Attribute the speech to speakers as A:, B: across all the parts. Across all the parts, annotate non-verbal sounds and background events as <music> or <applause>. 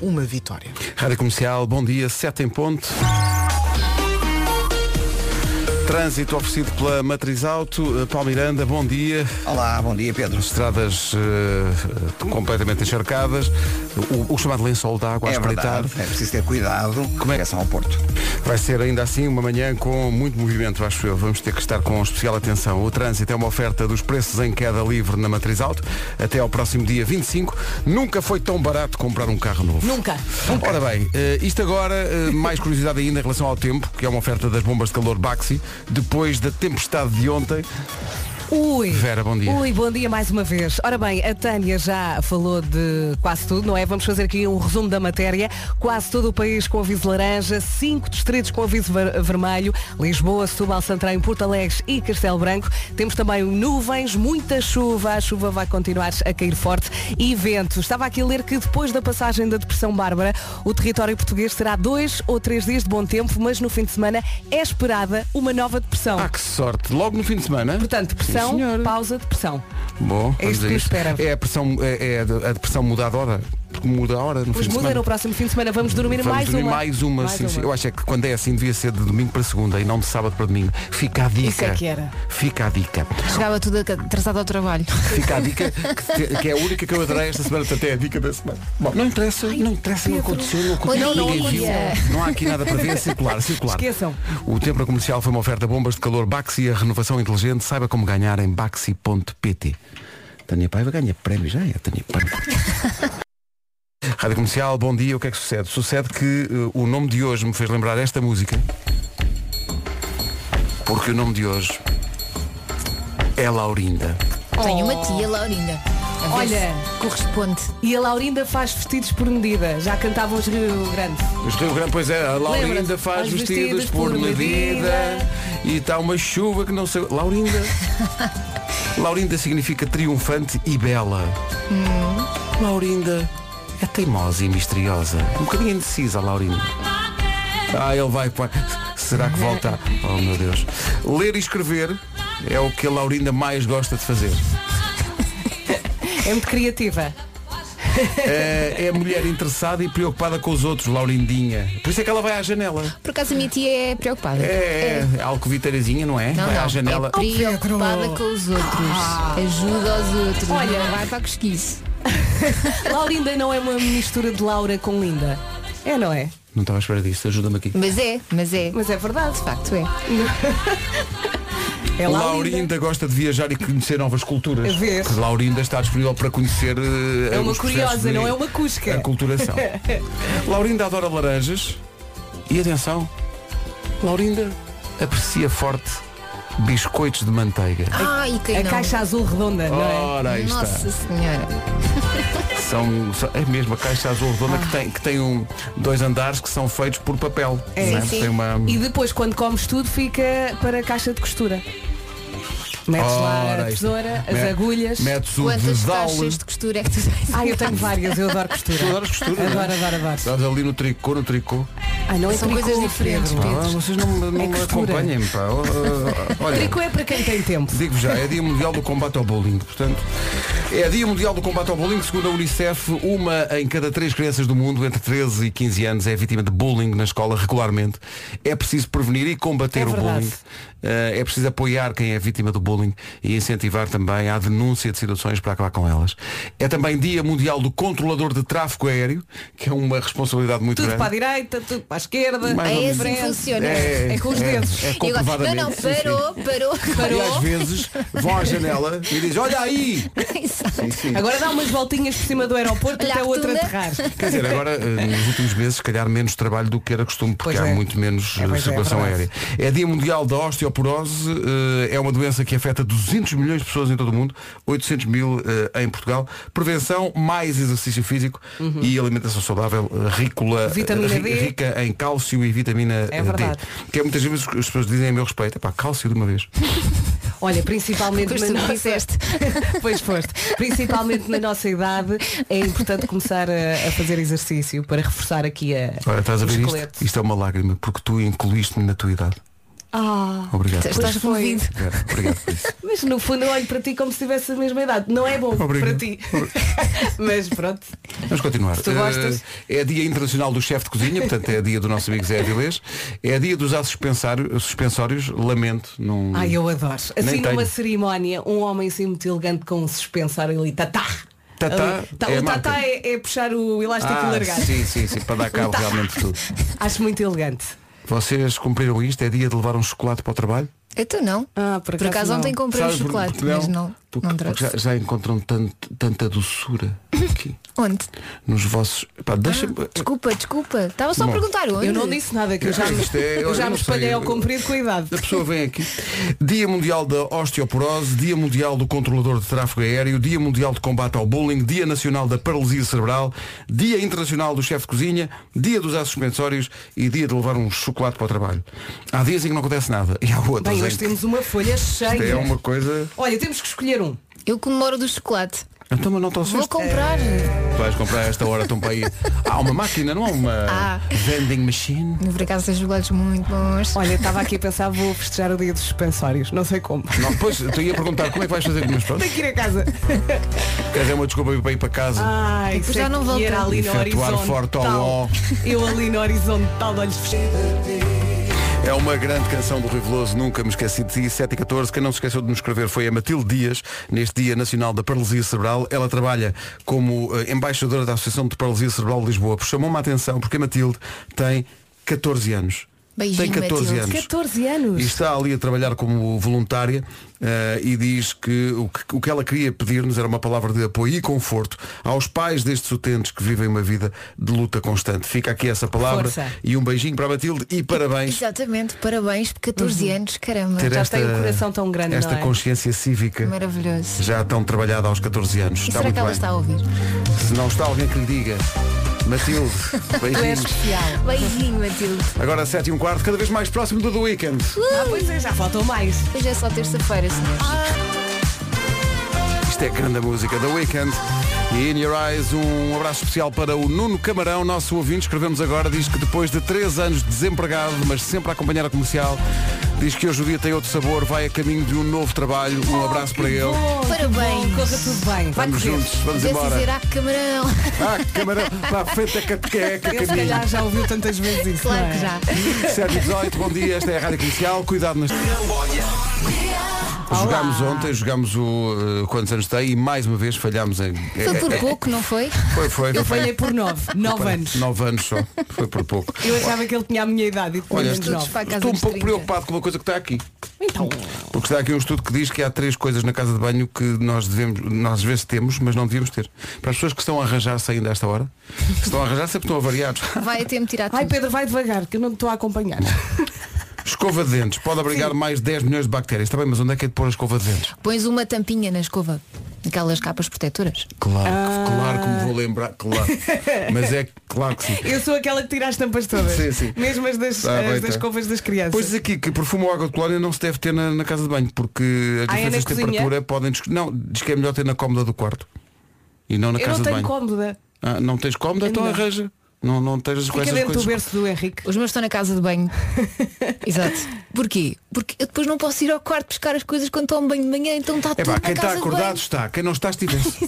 A: uma vitória.
B: Rádio Comercial, bom dia, 7 em ponto. Trânsito oferecido pela Matriz Auto. Eh, Paulo Miranda, bom dia.
C: Olá, bom dia Pedro.
B: Estradas eh, eh, completamente encharcadas. O, o chamado lençol de água a
C: É
B: espreitar.
C: verdade, é preciso ter cuidado com
B: é-
C: a direção ao Porto.
B: Vai ser ainda assim uma manhã com muito movimento, acho eu. Vamos ter que estar com especial atenção. O trânsito é uma oferta dos preços em queda livre na Matriz Auto até ao próximo dia 25. Nunca foi tão barato comprar um carro novo.
D: Nunca.
B: Ora bem, eh, isto agora, eh, mais curiosidade ainda em relação ao tempo, que é uma oferta das bombas de calor Baxi, depois da tempestade de ontem.
D: Ui.
B: Vera, bom dia.
D: Ui, bom dia mais uma vez. Ora bem, a Tânia já falou de quase tudo, não é? Vamos fazer aqui um resumo da matéria. Quase todo o país com aviso laranja, cinco distritos com aviso ver- vermelho, Lisboa, Setúbal, Santarém, Porto Alegre e Castelo Branco. Temos também nuvens, muita chuva, a chuva vai continuar a cair forte e vento. Estava aqui a ler que depois da passagem da Depressão Bárbara, o território português terá dois ou três dias de bom tempo, mas no fim de semana é esperada uma nova depressão.
B: Ah, que sorte! Logo no fim de semana.
D: Portanto,
B: Sim,
D: depressão,
B: senhora.
D: pausa, depressão.
B: Bom,
D: É
B: vamos
D: isto que
B: a
D: nos
B: isto.
D: espera.
B: É a pressão, é, é a depressão muda a hora. Porque muda a hora no
D: Os
B: fim de
D: muda
B: semana.
D: no próximo fim de semana, vamos dormir
B: Vamos
D: mais
B: dormir
D: uma.
B: mais uma, sim, sim. Eu acho é que quando é assim devia ser de domingo para segunda e não de sábado para domingo. Fica a dica.
E: Isso é que era.
B: Fica a dica.
E: Chegava tudo atrasado ao trabalho.
B: Fica a
D: <laughs>
B: dica que, te- que é a única que eu adorei esta semana, portanto é a dica da semana. Bom, não interessa, não interessa, não aconteceu, não aconteceu.
E: Bom
B: Ninguém
E: dia.
B: viu. Não há aqui nada para ver, circular, circular.
D: Esqueçam.
B: O tempo para comercial foi uma oferta bombas de calor Baxi, a renovação inteligente. Saiba como ganhar em baxi.pt. Tânia Paiva ganha prémio já, é Tânia Paiva. Rádio Comercial, bom dia, o que é que sucede? Sucede que eh, o nome de hoje me fez lembrar esta música. Porque o nome de hoje é Laurinda.
E: Tenho uma tia, Laurinda. A ver
D: Olha.
E: se corresponde.
D: E a Laurinda faz vestidos por medida. Já cantavam os Rio Grande.
B: Os Rio Grande, pois é, a Laurinda
D: Lembra-se?
B: faz
D: Faz
B: vestidos,
D: vestidos
B: por
D: por
B: medida
D: medida.
B: e está uma chuva que não sei. Laurinda. Laurinda significa triunfante e bela. Laurinda é teimosa e misteriosa. Um bocadinho indecisa, Laurinda. Ah, ele vai. pá. Será que volta? Oh meu Deus. Ler e escrever é o que a Laurinda mais gosta de fazer.
D: É muito criativa.
B: É, é mulher interessada e preocupada com os outros, Laurindinha. Por isso é que ela vai à janela.
E: Por acaso a minha tia é preocupada.
B: É, é, alcoviteirazinha, não é?
E: Não,
B: Vai
E: não.
B: à janela.
E: É preocupada com os outros. Ajuda aos outros.
D: Ah. Olha.
E: Não vai para a cosquice.
D: <laughs> Laurinda não é uma mistura de Laura com Linda. É, não é?
B: Não estava à espera disso, ajuda-me aqui.
E: Mas é, mas é.
D: Mas é verdade.
E: De facto é.
D: <laughs> É Laurinda.
B: Laurinda gosta de viajar e conhecer novas culturas.
D: A ver.
B: Laurinda está disponível para conhecer. eh,
D: É uma
B: os processos
D: curiosa, não é uma cusca.
B: A
D: <laughs>
B: culturação. Laurinda adora laranjas e atenção, Laurinda aprecia forte biscoitos de manteiga.
E: Ah, e quem
D: A
E: não?
D: caixa azul redonda, não é?
B: Ora, aí está.
E: Nossa Senhora.
B: São, são- é mesmo a caixa azul redonda
D: Ah.
B: que tem, que tem um, dois andares que são feitos por papel.
D: É.
B: não
E: Sim, sim.
B: Tem uma...
D: E depois, quando comes tudo, fica para a caixa de costura. Metes lá
B: Ora,
D: a
B: aí está.
D: tesoura, as
B: Met-
D: agulhas.
B: Metes o
E: Quantas
B: dedal.
E: caixas de costura é que tu tens?
D: Ah, eu tenho várias, eu adoro
B: Tu
D: costura.
B: adoras costura, não é?
D: Adoro, adoro, adoro.
B: Estás ali no tricô, no tricô.
D: Ah, não é
E: São
D: tricô,
E: coisas diferentes,
D: Pedro.
B: Ah, vocês não, me- não
D: É
B: me
D: costura.
B: acompanhem, pá. Oh, oh, oh, Olha,
D: Tricô é para quem tem tempo.
B: digo já, é dia mundial do combate ao bullying. Portanto, é dia mundial do combate ao bullying. Segundo a Unicef, uma em cada três crianças do mundo entre 13 e 15 anos é vítima de bullying na escola regularmente. É preciso prevenir e combater
D: É
B: o
D: verdade.
B: bullying. Eh, é preciso apoiar quem é vítima do bullying e incentivar também a denúncia de situações para acabar com elas. É também dia mundial do controlador de tráfego aéreo, que é uma responsabilidade muito
D: Tudo
B: grande.
D: para a direita, tudo para a esquerda.
B: Mais
E: É
B: ou
E: assim
B: menos.
E: que funciona.
B: É,
D: É com os
B: é,
D: dedos.
B: É,
E: E agora-
B: comprovadamente.
E: não, não,
B: sim, sim.
E: parou, parou,
B: E
E: parou.
B: às vezes vão à janela e dizem, olha
D: <laughs>
B: aí! Sim, sim.
D: Agora dá umas voltinhas por cima do aeroporto
E: Olha
D: até
E: a
D: o outro
E: rotunda.
D: aterrar.
B: Quer dizer, agora eh, nos últimos meses, se calhar menos trabalho do que era costume, porque
D: Pois
B: há
D: é.
B: muito menos
D: É,
B: eh,
D: pois é,
B: circulação
D: é
B: aérea.
D: verdade.
B: É Dia Mundial da Osteoporose, eh, é uma doença que afeta 200 milhões de pessoas em todo o mundo, 800 mil eh, em Portugal. Prevenção, mais exercício físico e alimentação saudável, eh, rícola,
D: Uhum. Vitamina
B: ri-
D: D.
B: rica em cálcio e vitamina eh,
D: verdade.
B: D. Que é muitas vezes as pessoas dizem a meu respeito, pá, cálcio de uma vez.
D: Olha, principalmente
E: Pois
D: na
E: tu
D: nossa...
E: disseste.
D: <laughs> pois foste. Principalmente na nossa idade é importante começar a, a fazer exercício para reforçar aqui a
B: Ora, estás a
D: o
B: ver isto?
D: esqueleto. <laughs>
B: Isto é uma lágrima, porque tu incluíste-me na tua idade.
E: Ah,
B: Obrigado. por
E: estás
B: isso.
E: movido.
B: Vera, Obrigado por isso.
D: Mas no fundo eu olho para ti como se tivesse a mesma idade. Não é bom
B: Obrigado.
D: para ti. <laughs> Mas pronto.
B: Vamos continuar.
D: tu gostas.
B: Eh, é dia internacional do chefe de cozinha, portanto é dia do nosso amigo Zé Avilés. É dia dos aços pensário- suspensórios, lamento. Não...
D: Ai, eu adoro. Assim
B: Nem tenho.
D: numa cerimónia, um homem assim muito elegante com um suspensório ali, tatá.
B: Tatá
D: Ali, tá-
B: é a
D: o tatá
B: marca.
D: é, é puxar o elástico e
B: ah,
D: largar.
B: sim, sim, sim, para dar cabo
D: Tá.
B: realmente de tudo.
D: Acho muito elegante.
B: Vocês cumpriram isto? É dia de levar um chocolate para o trabalho?
E: Então não.
D: Ah, por acaso não.
E: ontem comprei um
B: Sabes por-
E: chocolate,
B: porque
E: mas não,
B: Porque-
E: não
B: porque
E: trouxe.
B: já, já encontram tanto- tanta doçura aqui
E: Onde?
B: nos vossos. Pá, deixa-me.
E: Ah, desculpa, desculpa. Estava só
B: Bom,
E: a perguntar onde.
D: Eu não disse nada, que eu já me,
B: Isto é-
D: eu já
B: não
D: me espalhei
B: sei,
D: ao comprido com a idade.
B: A pessoa vem aqui. Dia Mundial da Osteoporose, Dia Mundial do Controlador de Tráfego Aéreo, Dia Mundial de Combate ao Bullying, Dia Nacional da Paralisia Cerebral, Dia Internacional do Chefe de Cozinha, Dia dos Aços Suspensórios e Dia de levar um chocolate para o trabalho. Há dias em que não acontece nada e há outros
D: Bem,
B: em
D: hoje
B: que
D: temos uma folha cheia.
B: é uma coisa.
D: Olha, temos que escolher um.
E: Eu comemoro do chocolate.
B: Então, mas não te
E: Vou
B: assustes.
E: comprar.
B: Tu vais comprar a esta hora, estão para aí. Há uma máquina, não há uma
E: Ah.
B: vending machine?
E: No por acaso, tem chocolates muito bons.
D: Olha, estava aqui a pensar, vou festejar o dia dos suspensórios. Não sei como.
B: Não, pois, tu ia perguntar como é que vais fazer com meus pronto.
D: Tenho que ir a casa.
B: Quer dizer, é uma desculpa para ir para casa.
D: Ai,
E: Tipo,
D: sei
E: já não
D: que
E: voltamos.
D: era ali no
B: um- Efetuar forte ao ó.
D: horizontal. Eu ali no horizontal de olhos fechados.
B: É uma grande canção do Rui Veloso, nunca me esqueci de ti, 7 e 14. Quem não se esqueceu de nos escrever foi a Matilde Dias, neste Dia Nacional da Paralisia Cerebral. Ela trabalha como eh, embaixadora da Associação de Paralisia Cerebral de Lisboa. Chamou-me a atenção porque a Matilde tem 14 anos.
E: Beijinho,
B: tem 14
E: Matilde.
B: anos.
D: 14 anos.
B: E está ali a trabalhar como voluntária eh, e diz que o, que o que ela queria pedir-nos era uma palavra de apoio e conforto aos pais destes utentes que vivem uma vida de luta constante. Fica aqui essa palavra
D: Força.
B: e um beijinho para a Matilde e parabéns
E: Exatamente, parabéns, 14 anos, caramba.
B: ter
D: Uhum. Já
B: esta,
D: tem um coração tão grande,
B: esta
D: não é?
B: consciência cívica
E: Maravilhoso.
B: já tão trabalhada aos 14 anos.
E: E
B: está
E: será
B: muito
E: que ela
B: bem.
E: está a ouvir?
B: Se não está alguém que lhe diga,
E: <laughs>
B: Matilde,
D: é
B: beijinhos.
E: Beijinho, Matilde. Uh!
B: Agora 7 e um quarto, cada vez mais próximo do The Weekend.
D: Ah, pois é, já faltam mais. Ah.
E: Hoje é só terça-feira, senhores.
B: Isto é grande música The Weekend. E In Your Eyes, um abraço especial para o Nuno Camarão, nosso ouvinte. Escrevemos agora, diz que depois de três anos desempregado, mas sempre a acompanhar a comercial, diz que hoje o dia tem outro sabor, vai a caminho de um novo trabalho. Um abraço para ele.
E: Parabéns.
D: Bom, corra tudo bem. Vai
B: Vamos
D: correr.
B: juntos, vamos
E: Pudesse dizer
B: embora.
E: ah, camarão.
B: <laughs> Ah, Camarão, lá feita a catequeca,
D: Ele se
B: caminho.
D: calhar já ouviu tantas vezes isso.
E: Claro
D: não é?
E: que já.
B: 7 e 18, bom dia, esta é a Rádio Comercial, cuidado nas... Jogámos ontem, jogámos o eh, Quantos Anos Tem e mais uma vez falhámos em...
E: Foi por pouco, não foi?
B: Foi, foi.
D: Eu falhei por nove. Nove anos.
B: 9 anos só, foi por pouco.
D: Eu achava que ele tinha a minha idade e tinha
B: Olha,
D: menos nove.
E: para a casa
B: estou um
E: dos
B: pouco
E: 30.
B: preocupado com uma coisa que está aqui.
D: Então,
B: Porque está aqui um estudo que diz que há três coisas na casa de banho que nós devemos, nós às vezes temos, mas não devíamos ter. Para as pessoas que estão a arranjar-se ainda a esta hora, se estão a arranjar sempre estão avariados.
E: Vai a tempo tirar
D: ai
E: tudo.
D: Pedro, vai devagar, que eu não te estou a acompanhar.
B: Escova de dentes, pode abrigar mais 10 milhões de bactérias. Está bem, mas onde é que é de pôr a escova de dentes?
E: Pões uma tampinha na escova. Aquelas capas protetoras.
B: Claro, claro que me
D: Ah.
B: vou lembrar, claro. Mas é claro que sim.
D: Eu sou aquela que tira as tampas todas.
B: Sim, sim.
D: Mesmo as das,
B: Ah,
D: eh, as
B: bem,
D: das
B: tá.
D: covas das crianças.
B: Pois diz aqui que perfume ou água de colónia não se deve ter na, na casa de banho, porque as
D: Ah, é na
B: diferenças de
D: cozinha?
B: temperatura podem. dis- Não, diz que é melhor ter na cómoda do quarto. E não na
D: eu
B: casa
D: não
B: de
D: tenho
B: banho.
D: cómoda.
B: Ah, não tens cómoda, então
D: Não.
B: arranja. Não, não tens com
D: Fica
B: essas
D: dentro do
B: coisas.
D: berço do Henrique.
E: Os meus estão na casa de
D: <laughs>
E: banho. Exato. Porquê? Porque eu depois não posso ir ao quarto buscar as coisas quando tomo banho de manhã, então está
B: É
E: tudo
B: pá,
E: na
B: quem está
E: casa de <laughs>
B: acordado
E: banho.
B: está, quem não está estivesse.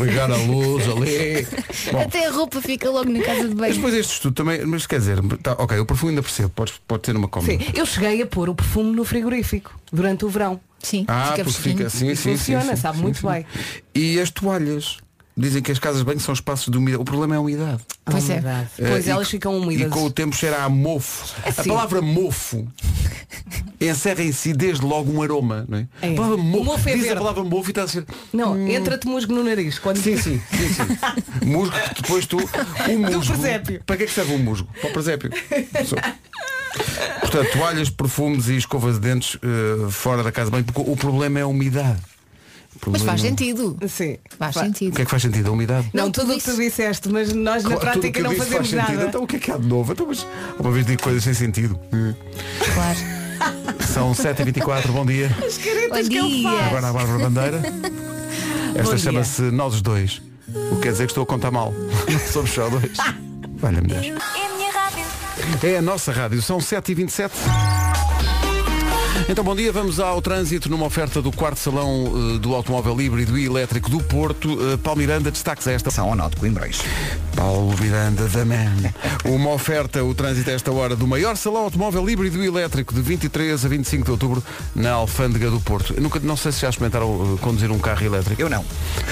B: Ligar a luz
D: <laughs>
B: ali. Bom,
E: Até a roupa fica logo na casa de
B: mas
E: banho.
B: depois este estudo também, mas quer dizer, tá, ok, o perfume ainda percebo, pode, pode ter numa cómoda.
D: Sim, eu cheguei a pôr o perfume no frigorífico durante o verão.
E: Sim,
B: Ah,
E: fica
B: porque fica,
E: fresquinho.
B: sim, sim, sim,
D: Funciona,
B: sim,
D: sabe
B: sim,
D: muito
B: sim.
D: bem.
B: E as toalhas. Dizem que as casas de banho são espaços de umidade. O problema é a umidade.
E: Pois é.
D: Verdade.
B: Eh,
D: Ah, Pois
B: e
D: elas
B: co-
D: ficam
B: E
D: úmidas. É
B: com o tempo cheira a mofo. a
D: sim.
B: palavra mofo encerra em si desde logo um aroma, não é?
D: É.
B: A palavra mofo,
D: O mofo é
B: diz a
D: verde.
B: palavra mofo e está a ser.
D: Não, entra-te musgo no nariz. Quando... <laughs>
B: Sim, sim, sim, sim. musgo, que depois tu. O musgo.
D: presépio.
B: Para que é que serve o musgo? Para o presépio. Só. Portanto, toalhas, perfumes e escovas de dentes eh, fora da casa de banho, porque o problema é a umidade. O
E: Mas
B: problema-
E: faz sentido.
D: Sim.
E: Faz
D: Fa-
B: O
E: sentido.
B: que é que faz sentido? A umidade?
D: Não,
E: Não,
D: tudo
E: tudo
D: o que tu
E: isso.
D: disseste, mas nós
B: Claro,
D: na
B: tudo o que
D: prática
B: eu
D: não
B: disse
D: fazemos
B: faz sentido.
D: nada.
B: Então o que é que há de novo? Então, mas uma vez digo coisas sem sentido.
E: Claro.
B: São 7h24, bom dia.
D: As caretas
E: Bom
D: que ele
E: dia.
D: faz.
B: Agora a Bárbara Bandeira. Esta
D: dia.
B: chama-se Nós os Dois. <laughs>
D: <laughs>
B: O que quer dizer que estou a contar mal. Somos só dois. Valha-me Deus.
A: É a minha rádio.
B: É a nossa rádio, são 7h27. Então, bom dia, vamos ao trânsito numa oferta do quarto salão eh, do automóvel híbrido e elétrico do Porto. Eh, Paulo Miranda, destaques a esta.
C: São Honal de Coimbrões.
B: Paulo Miranda da
C: <laughs>
B: Man. Uma oferta, o trânsito a esta hora, do maior salão automóvel híbrido e elétrico de 23 a 25 de outubro na Alfândega do Porto. Eu nunca, não sei se já experimentaram eh, conduzir um carro elétrico.
C: Eu não.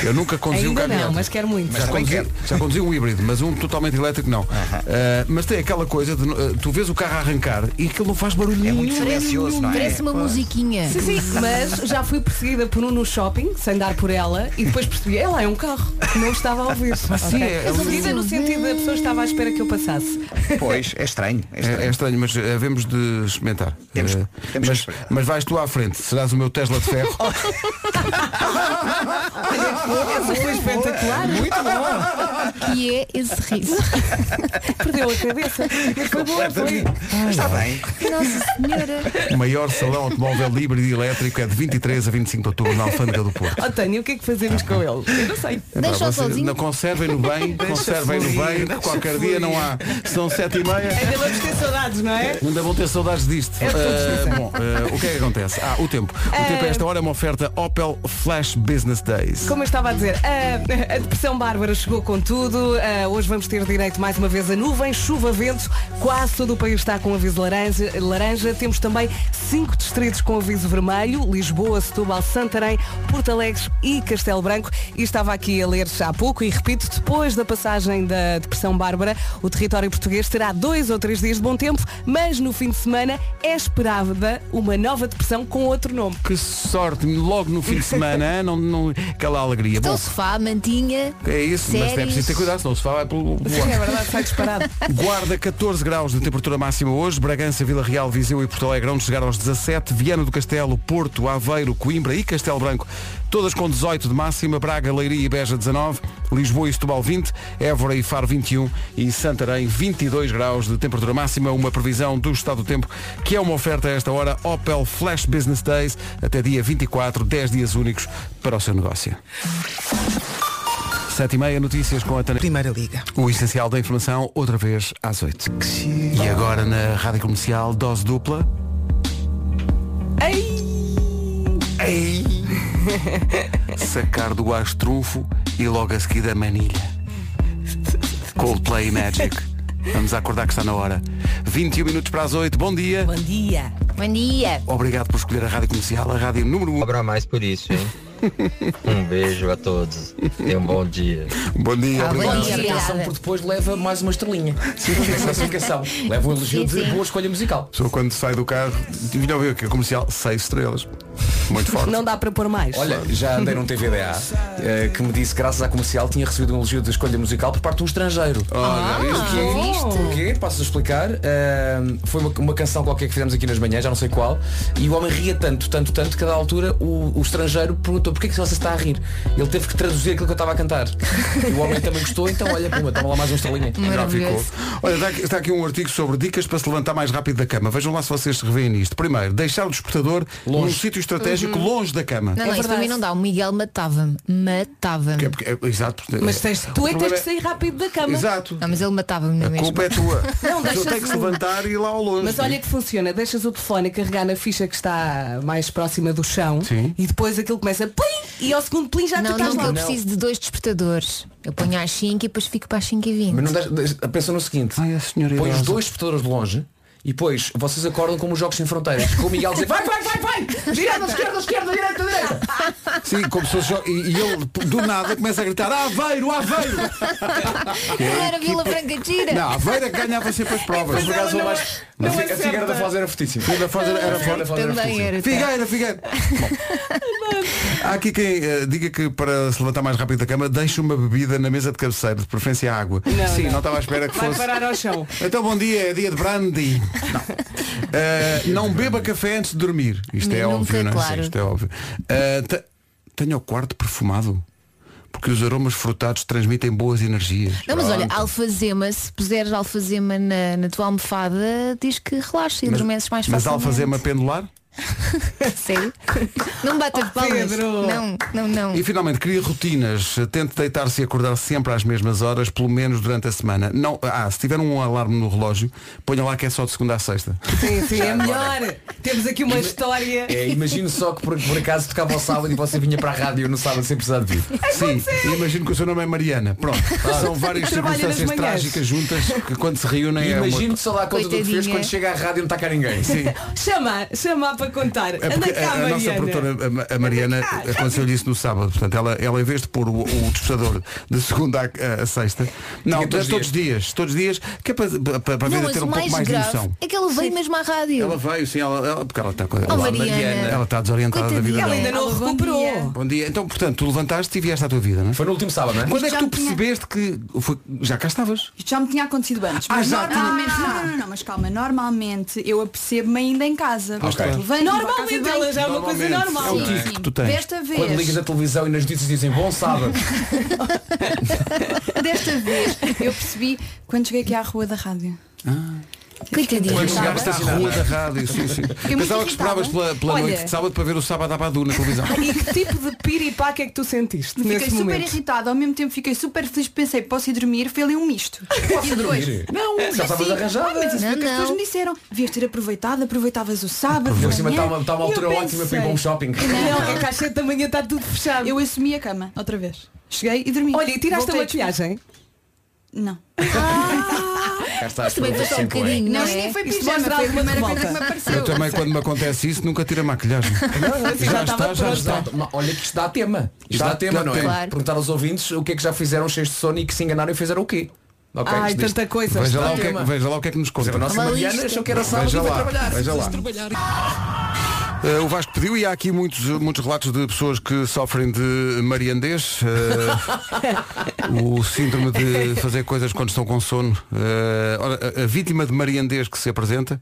B: Eu nunca conduzi um
D: Ainda
B: carro
D: não,
B: elétrico.
D: mas quero muito.
C: Mas
B: Já
C: também
B: conduzi, já conduzi um híbrido, mas um totalmente elétrico não. Ah, mas tem aquela coisa de ah, tu vês o carro arrancar e aquilo não faz barulho
C: É
B: nenhum.
C: muito silencioso, não é?
E: Parece uma musiquinha.
D: Sim, sim, mas já fui perseguida por um no shopping, sem dar por ela, e depois percebi, ela é um carro. Não estava a
C: <laughs>
D: ouvir.
B: sim, é- é
C: um
D: Perseguida no sentido da pessoa estava à espera que eu passasse.
C: Pois, é estranho. É
B: É,
C: estranho.
B: é estranho, mas ah, havemos de experimentar.
C: Temos-
B: Ah,
C: temos
B: mas,
C: que experimentar.
B: mas vais tu à frente, serás o meu Tesla de <laughs> ferro.
D: Essa foi espetacular. Muito bom.
E: E é esse riso.
D: <laughs> Perdeu a cabeça. Mas Foi bom, foi.
C: Está bem.
E: Nossa Senhora.
B: o maior salão automóvel híbrido e elétrico é de 23 a 25 de outubro na Alfândega do Porto.
D: <laughs> Ó Tânia, o que é que fazemos com ele? Eu não sei.
E: Deixa-o
B: vocês-
E: sozinho.
B: não conservem-no bem, conservem-no
C: fluir,
B: bem,
C: deixa
B: qualquer dia não há. São sete e meia.
D: Ainda vamos ter saudades, não é?
B: Ainda vão ter saudades disto. Ah, bom, ah, o que é que acontece? Ah, o tempo. O tempo a esta hora é uma oferta Opel Flash Business Days.
D: Como é eu estava a dizer, a, a depressão bárbara chegou com tudo. Ah, hoje vamos ter direito mais uma vez a nuvens, chuva, vento. Quase todo o país está com aviso laranja. laranja. Temos também cinco distritos com aviso vermelho. Lisboa, Setúbal, Santarém, Porto Alegre e Castelo Branco. E estava aqui a ler há pouco e repito, depois da passagem da depressão bárbara, o território português terá dois ou três dias de bom tempo, mas no fim de semana é esperada uma nova depressão com outro nome.
B: Que sorte, logo no fim de semana, não, não, aquela alegria.
E: Então
B: Bom,
E: sofá, mantinha.
B: é isso, mas é
E: séries.
B: preciso ter cuidado, senão o sofá vai pelo pelo ar.
D: É verdade, sai disparado.
B: Guarda 14 graus de temperatura máxima hoje, Bragança, Vila Real, Viseu e Porto Alegre onde chegar aos 17, Viana do Castelo, Porto, Aveiro, Coimbra e Castelo Branco, todas com 18 de máxima, Braga, Leiria e Beja 19, Lisboa e Setúbal 20, Évora e Faro 21 e Santarém 22 graus de temperatura máxima, uma previsão do estado do tempo que é uma oferta a esta hora Opel Flash Business Days até dia 24, 10 dias únicos para o seu negócio. 7 e meia, notícias com a Tânia.
A: Primeira Liga.
B: O essencial da informação, outra vez às 8. E agora na rádio comercial, dose dupla.
D: Ei! <laughs>
B: Ei! Sacar do ar trunfo e logo a seguir a manilha. Coldplay Magic. Vamos acordar que está na hora. 21 minutos para as 8. Bom dia.
D: Bom dia.
E: Bom dia.
B: Obrigado por escolher a rádio comercial, a rádio número 1.
F: Cobra mais por isso,
B: <laughs>
F: hein? um beijo a todos. Tenham um bom dia.
B: Ah, Bom dia.
E: Bom
G: Mas
E: dia.
G: atenção, porque depois leva mais uma estrelinha. Sim, classificação. Leva um elogio
E: Sim,
G: de
E: sim.
G: boa escolha musical.
B: Só quando sai do carro, vinha ouvir aqui a é comercial, 6 estrelas. Muito forte.
D: Não dá para pôr mais.
G: Olha, já andei num TVDA eh, que me disse, graças à comercial, tinha recebido um elogio de escolha musical por parte de um estrangeiro.
B: Olha, é
G: Porquê? Porquê? Passo a explicar. Ahm, foi uma, uma canção qualquer que fizemos aqui nas manhãs, já não sei qual, e o homem ria tanto, tanto, tanto, que a dada altura o, o estrangeiro perguntou porquê que você está a rir. Ele teve que traduzir aquilo que eu estava a cantar. E o homem também gostou, então olha, puma, toma lá mais uma estrelinha.
B: Já ficou.
E: Maravilhoso.
B: Olha, está aqui, está aqui um artigo sobre dicas para se levantar mais rápido da cama. Vejam lá se vocês se revêem nisto. Primeiro, deixar o despertador num sítio estratégico
D: Uhum.
B: longe da cama.
E: Uhum.
D: É
E: Não, não, isso para mim não dá. O Miguel matava-me.
B: Que é
E: Matava-me.
B: porque- é- exato. porque-
D: Mas tens,
B: o
D: tu é que tens
B: problema
D: que sair rápido da cama.
B: Exato.
E: Não, mas ele matava-me na
B: A
E: mesma.
B: culpa é tua.
D: Não,
B: Mas eu
D: deixa-se
B: tenho que se levantar e ir lá ao longe.
D: Mas olha que funciona, deixas o telefone a carregar na ficha que está mais próxima do chão
B: Sim.
D: e depois aquilo começa plim e ao segundo plim já Ah, tu
E: Não,
D: estás
E: não, que
D: lá.
E: eu preciso de dois despertadores. Eu ponho às 5 e depois fico para as 5 e
G: Mas
E: 20.
G: não deixa- deixa- pensa no seguinte,
B: Ai, a senhora
G: põe os
B: idosa.
G: dois despertadores de longe e depois vocês acordam como os Jogos Sem Fronteiras, com o Miguel dizer vai, vai, vai, vai, direita, esquerda, esquerda, direita, direita.
B: Sim, como se fosse jo- e, e ele do nada começa a gritar Aveiro, Aveiro!
E: <laughs> Não era
B: <laughs>
E: Vila Franca Gira.
B: Não, Aveiro é que ganhava sempre as provas.
G: Por acaso o mais.
D: não
G: A
D: é
G: fi- a
D: acerta.
G: figueira da Foz era fortíssima.
B: Era fora, era fora.
G: Figueira da Foz era
E: Também
G: fortíssima.
E: era.
B: Figueira,
D: tá.
B: Figueira. Há aqui quem eh, diga que para se levantar mais rápido da cama deixa uma bebida na mesa de cabeceira, de preferência água. Sim, não estava à espera que
D: Vai
B: fosse.
D: parar ao chão.
B: Então bom dia, é dia de brandy. Não. Eh, não beba café antes de dormir. Isto é
E: Nunca,
B: óbvio, não é? Sim,
E: claro.
B: Isto é óbvio. Eh, te- tenha o quarto perfumado. Porque os aromas frutados transmitem boas energias.
E: Não, mas olha,
B: Pronto.
E: alfazema, se puseres alfazema na, na tua almofada, diz que relaxa e adormeces mais
B: Mas
E: facilmente. <laughs>
B: alfazema pendular?
E: Sério? Não
B: <laughs>
E: bata de palmas.
D: Pedro!
E: Não, não, não.
B: E finalmente, cria rotinas. Tente deitar-se e acordar sempre às mesmas horas, pelo menos durante a semana. Não, ah, se tiver um alarme no relógio, ponha lá que é só de segunda a sexta.
D: Sim, sim, é melhor. Temos aqui uma história.
G: É, imagino só que por, por acaso tocava ao sábado e você vinha para a rádio no sábado sem precisar de vir.
B: Sim, imagino que o seu nome é Mariana. Pronto, são várias
D: Trabalha nas
B: circunstâncias
D: manhãs.
B: trágicas juntas que quando se reúnem é uma-
G: Imagino que só lá conta do que fez
E: Coitadinha.
G: quando chega à rádio não está cá ninguém.
B: Sim.
D: <laughs> Chama, chama para contar.
B: É
D: Anda
B: porque a,
D: cá,
B: a nossa
D: Mariana.
B: produtora, a Ma- a, Mariana, aconteceu-lhe isso no sábado. Portanto, ela, ela em vez de pôr o, o despertador de segunda à, à sexta, não,
G: todos
B: todos,
G: os
B: todos os dias, todos os dias, que é para, para, para a
E: Não,
B: vida
E: mas
B: ter
E: o
B: um pouco
E: mais
B: mais de
E: grave
B: noção.
E: é que ela veio mesmo à rádio.
B: Ela veio, sim, ela, ela- porque ela está com
E: Oh,
B: ela-
E: Mariana.
B: Ela está desorientada da vida
E: Coitadinha.
D: Ela ainda
B: dela.
D: não
E: Alô, bom dia.
D: recuperou.
B: Bom dia. Então, portanto, tu levantaste e vieste à tua vida, não é?
G: Foi no último sábado, não é?
B: Quando é que
A: já
B: tu
A: me tinha-
B: percebeste que foi- já cá estavas?
A: Isto já me tinha acontecido antes. Mas
B: Ah,
D: Ah!
B: já tinha.
A: normalmente, não, não, não, mas calma, normalmente eu apercebo-me ainda em casa.
B: Ah,
A: Levanto, vou à casa de
D: Normalmente
A: banho.
D: ela já é uma coisa
B: Normalmente.
D: normal.
B: É um
A: Sim,
B: tique
A: sim.
B: que tu tens.
A: Desta
G: Quando ligas
A: vez,
G: a televisão e nas notícias dizem bom sábado.
A: <laughs> desta vez, eu percebi quando cheguei aqui à rua da rádio.
E: Coitadinha.
B: Ah. Quando chegavas à rua da rádio, sim, sim.
A: muito
B: Pensava que esperavas pela, pela
A: Olha.
B: noite de sábado para ver o sábado à Badu na
D: <laughs>
B: televisão.
D: E que tipo de piripaca é que tu sentiste
A: Fiquei
D: nesse
A: super
D: momento?
A: irritada, ao mesmo tempo fiquei super feliz, pensei, posso ir dormir, foi ali um misto.
G: Posso dormir? Não,
D: É,
G: já estavas
A: Ah,
G: arranjada.
A: mas isso foi o que as
E: Não,
A: pessoas
E: não.
A: me disseram. Devias ter aproveitado, aproveitavas o sábado.
G: Por
A: de
G: cima
A: manhã.
D: tá
G: está uma, está uma
A: E eu
G: altura ótima para ir para um
A: pensei,
G: shopping.
D: Não, é que às 7 da manhã
A: tá
D: está tudo fechado.
A: Eu assumi a cama, outra vez. Cheguei e dormi.
D: Olha, e tiraste a
A: Voltei despertar.
D: maquilhagem?
A: Não.
G: Cá está, as
E: Também
G: provas
E: foi só um
G: sempre, é.
E: bocadinho, não,
A: Não,
E: é?
A: nem foi
D: Isto
A: pijama,
D: mostra
A: foi a
D: alguma
A: primeira coisa
D: revolta.
A: que me apareceu.
B: Eu também, quando me acontece isso, nunca tiro a maquilhagem.
D: assim, já estava
B: já
D: pronta.
B: está.
G: Isto dá- Olha que isto dá tema. Isto
B: Dá-
G: dá tema,
B: dá
G: não é?
B: tema.
E: Claro.
G: Perguntar aos ouvintes o que é que já fizeram cheios de sono e que se enganaram e fizeram o quê. Ok,
D: Ai,
G: isto diz-
D: tanta coisa.
B: Veja lá, o que é,
G: Tema.
B: veja lá o que é que nos
G: Por
B: conta.
G: exemplo, a nossa
E: Uma
G: Mariana
E: lista.
G: achou que era sábado e
B: Veja
G: foi
B: lá,
G: trabalhar. é um
B: veja lá.
H: <laughs>
B: Eh, o Vasco pediu e há aqui muitos, muitos relatos de pessoas que sofrem de mariandez,
G: <laughs>
B: eh, o síndrome de fazer coisas quando estão com sono. Eh, ora, a- a vítima de mariandez que se apresenta,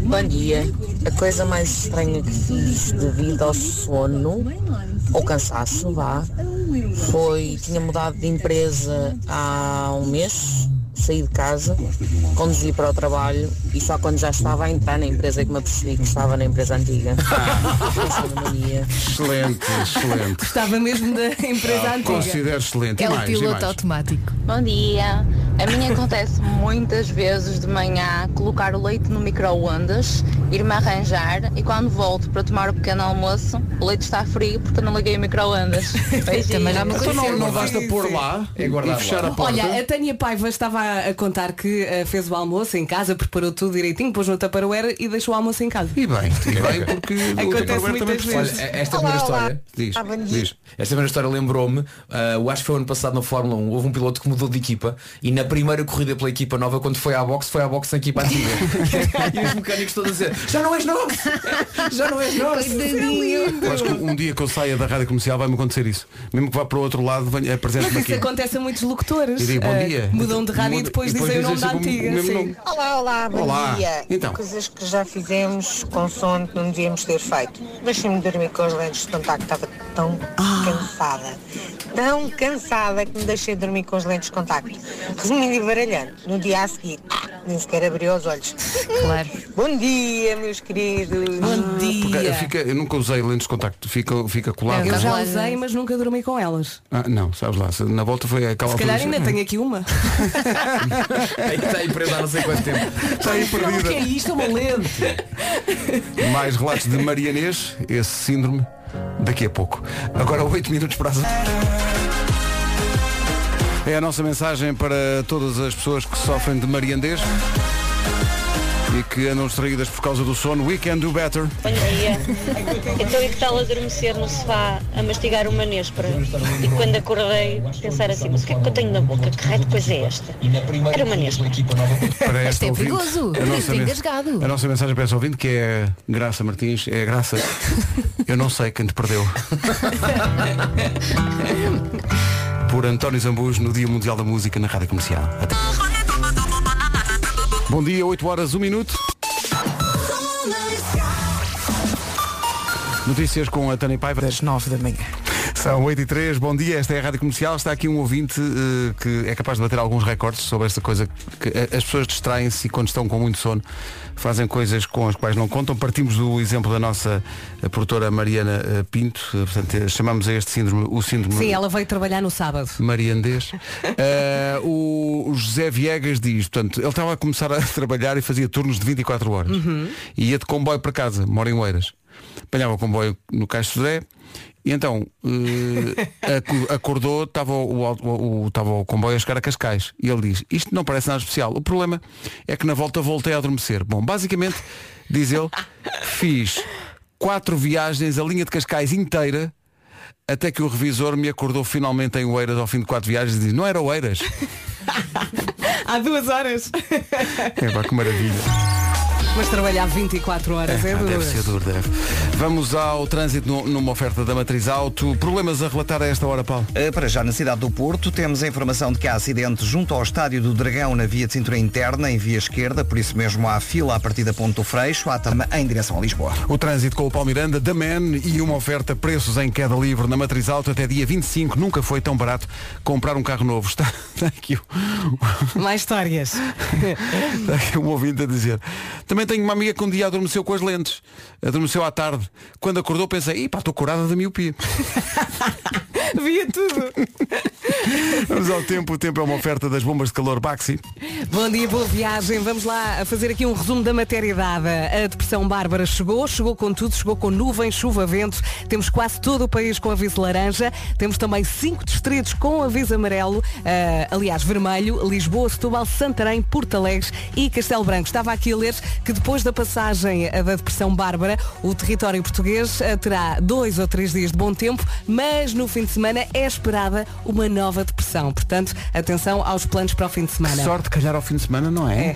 I: Bom dia. A coisa mais estranha que fiz devido ao sono ou cansaço, vá, foi tinha mudado de empresa há um mês, saí de casa, conduzi para o trabalho e só quando já estava a entrar na empresa é que me apercebi que estava na empresa antiga. Essa é uma mania.
B: excelente, excelente.
D: <laughs> Estava mesmo da empresa antiga.
B: Considero excelente.
E: É
B: e
E: o
B: mais, e
E: piloto
B: mais?
E: automático.
J: Bom dia. A minha acontece muitas vezes de manhã colocar o leite no micro-ondas, ir-me arranjar e quando volto para tomar o pequeno almoço, o leite está frio porque eu não liguei o micro-ondas.
E: Também
J: Beijinhos.
E: já me
B: Então não,
E: aconteceu.
B: não basta pôr lá
G: É
B: e
G: guardar lá.
B: fechar a porta.
D: Olha, é a Tânia Paiva estava a a contar que eh, fez o almoço em casa, preparou tudo direitinho, pôs no taparoeira e deixou o almoço em casa.
B: E bem, e bem porque o
D: Acontece
B: Roberto também
D: muitas
B: precisa.
G: Olha,
D: vezes. Tá
G: esta primeira história.
B: Diz, diz.
G: Esta primeira história lembrou-me, ah, eu acho que foi ano passado na Fórmula 1, houve um piloto que mudou de equipa e na primeira corrida pela equipa nova, quando foi à boxe, foi à boxe na equipa antiga. e os mecânicos todos a dizer, já não és
H: <laughs>
G: nosso! Já não és nosso!
E: Coitadinho.
B: Eu acho que um dia que eu saia da rádio comercial vai-me acontecer isso. Mesmo que vá para o outro lado, venha- apresente-me
D: Mas isso é
B: aqui.
D: acontece a muitos locutores.
B: E digo, bom
D: eh,
B: dia.
D: Mudam de rádio e
B: Muda-
D: depois, dizem o nome da
B: sempre
D: antiga.
B: Tipo, mesmo
D: sim.
B: nome.
I: Olá, olá, bom
B: Olá.
I: dia.
B: Então.
I: Coisas que já fizemos com sono que não devíamos ter feito. Deixei-me dormir com os lentes de contacto, estava tão
D: Ah.
I: cansada. Tão cansada que me deixei dormir com os lentes de contacto. Resumindo e baralhando, no dia a seguir, nem sequer abri os olhos.
E: Claro.
I: Bom dia, meus queridos.
D: Bom
B: Porque
D: dia.
B: eu, fica- eu nunca usei lentes de contacto, fica, fica colado.
E: Eu
D: Eu já
E: Olha.
D: usei, mas nunca dormi com elas.
B: Ah, não, sabes lá, se- na volta foi aquela
D: Se calhar
B: altura-
D: ainda tenho aqui uma.
G: <laughs> Aí está aí preso há não sei quanto tempo.
B: <laughs> Está aí perdida.
D: é isto? É uma lente.
B: Mais relatos de Marianês, esse síndrome, daqui a pouco. Agora 8 minutos para as... É a nossa mensagem para todas as pessoas que sofrem de mariandês e que andam distraídas por causa do sono. We can do better.
K: Bom dia. Então, e que tal adormecer no sofá a mastigar uma néspera? E quando acordei, pensar assim, mas o que é que eu tenho na boca? Que raio de coisa é esta? Era uma néspera.
B: Para esta
E: Isto é
B: ouvinte,
E: perigoso.
B: a nossa
E: Isto é
B: men-
E: engasgado.
B: A nossa mensagem para essa ouvinte, que é Graça Martins, é Graça. Eu não sei quem te perdeu.
E: <laughs>
B: Por António Zambujo no Dia Mundial da Música na Rádio Comercial. Até- Bom dia, 8 horas, 1 minuto. Notícias com a Tânia Paiva.
L: das 9 da manhã.
B: São 8 e 3, bom dia, esta é a Rádio Comercial. Está aqui um ouvinte eh, que é capaz de bater alguns recordes sobre esta coisa que eh, as pessoas distraem-se e quando estão com muito sono fazem coisas com as quais não contam. Partimos do exemplo da nossa eh, produtora Mariana eh, Pinto, eh, portanto eh, chamamos a este síndrome o síndrome
D: Sim, ela veio trabalhar no sábado.
B: mariandês. Eh, o, o José Viegas diz, portanto, ele estava a começar a <laughs> trabalhar e fazia turnos de 24 horas.
D: Uhum.
B: E ia de comboio para casa, mora em Oeiras. Apanhava o comboio no Caixo Sodré e então eh, <laughs> acu- acordou, estava o, auto- o, o- estava o comboio a chegar a Cascais. E ele diz, isto não parece nada especial. O problema é que na volta voltei a adormecer. Bom, basicamente, diz ele, fiz quatro viagens, a linha de Cascais inteira, até que o revisor me acordou finalmente em Oeiras ao fim de quatro viagens e diz, não era Oeiras.
D: <laughs> Há duas horas.
B: É, pá, que maravilha.
D: Mas trabalhar 24 horas é,
B: Ah,
D: duro.
B: deve ser duro, deve. Vamos ao trânsito nu- numa oferta da Matriz Auto. Problemas a relatar a esta hora, Paulo?
C: Uh, Para já, na cidade do Porto, temos a informação de que há acidente junto ao Estádio do Dragão na via de cintura interna, em via esquerda, por isso mesmo há fila a partir da Ponte do Freixo, há também em direção a Lisboa.
B: O trânsito com o Paulo Miranda, da Man e uma oferta preços em queda livre na Matriz Auto até dia 25. Nunca foi tão barato comprar um carro novo. <laughs> Está, está aqui, o-
D: Mais
B: <laughs>
D: histórias.
B: está aqui um ouvinte a dizer. Também tenho uma amiga que um dia adormeceu com as lentes. Adormeceu à tarde. Quando acordou pensei, "Ih, pá, estou curada da miopia.
D: <laughs> Via tudo.
B: <laughs> Vamos ao tempo. O tempo é uma oferta das bombas de calor Baxi.
D: Bom dia, boa viagem. Vamos lá a fazer aqui um resumo da matéria dada. A depressão Bárbara chegou, chegou com tudo, chegou com nuvens, chuva, vento. Temos quase todo o país com aviso laranja. Temos também cinco distritos com aviso amarelo, ah, aliás, vermelho, Lisboa, Setúbal, Santarém, Porto Alegre e Castelo Branco. Estava aqui a ler que depois da passagem ah, da depressão Bárbara, o território português ah, terá dois ou três dias de bom tempo, mas no fim de semana é esperada uma nova depressão. Portanto, atenção aos planos para o fim de semana.
B: Que sorte, calhar ao fim de semana, não é?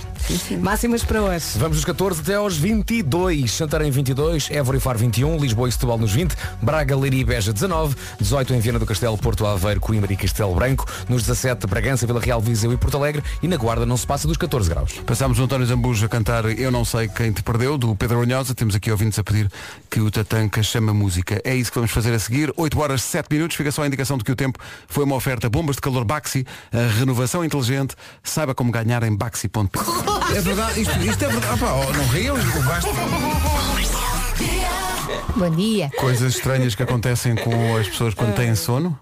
D: É. Máximas para hoje.
G: Vamos dos 14 até aos 22. Santarém 22, Évora e Faro 21, Lisboa e Setúbal nos 20, Braga, Leiria e Beja 19, 18 em Viana do Castelo, Porto Aveiro, Coimbra e Castelo Branco, nos 17 Bragança, Vila Real, Viseu e Porto Alegre e na Guarda não se passa dos 14 graus.
B: Passámos o António Zambujo a cantar Eu Não Sei Quem Te Perdeu, do Pedro Unhosa. Temos aqui ouvintes a pedir que o Tatanca chame a música. É isso que vamos fazer a seguir. 8 horas 7 minutos. Fica só a indicação de que o tempo foi uma oferta bombas de calor Baxi, a renovação inteligente. Saiba como ganhar em baxi.pt. É verdade, isto, isto é
H: Ah,
B: verdade. Opa, oh, não riam, o <laughs> gasto.
E: Bom dia.
B: Coisas estranhas que acontecem com as pessoas quando têm sono.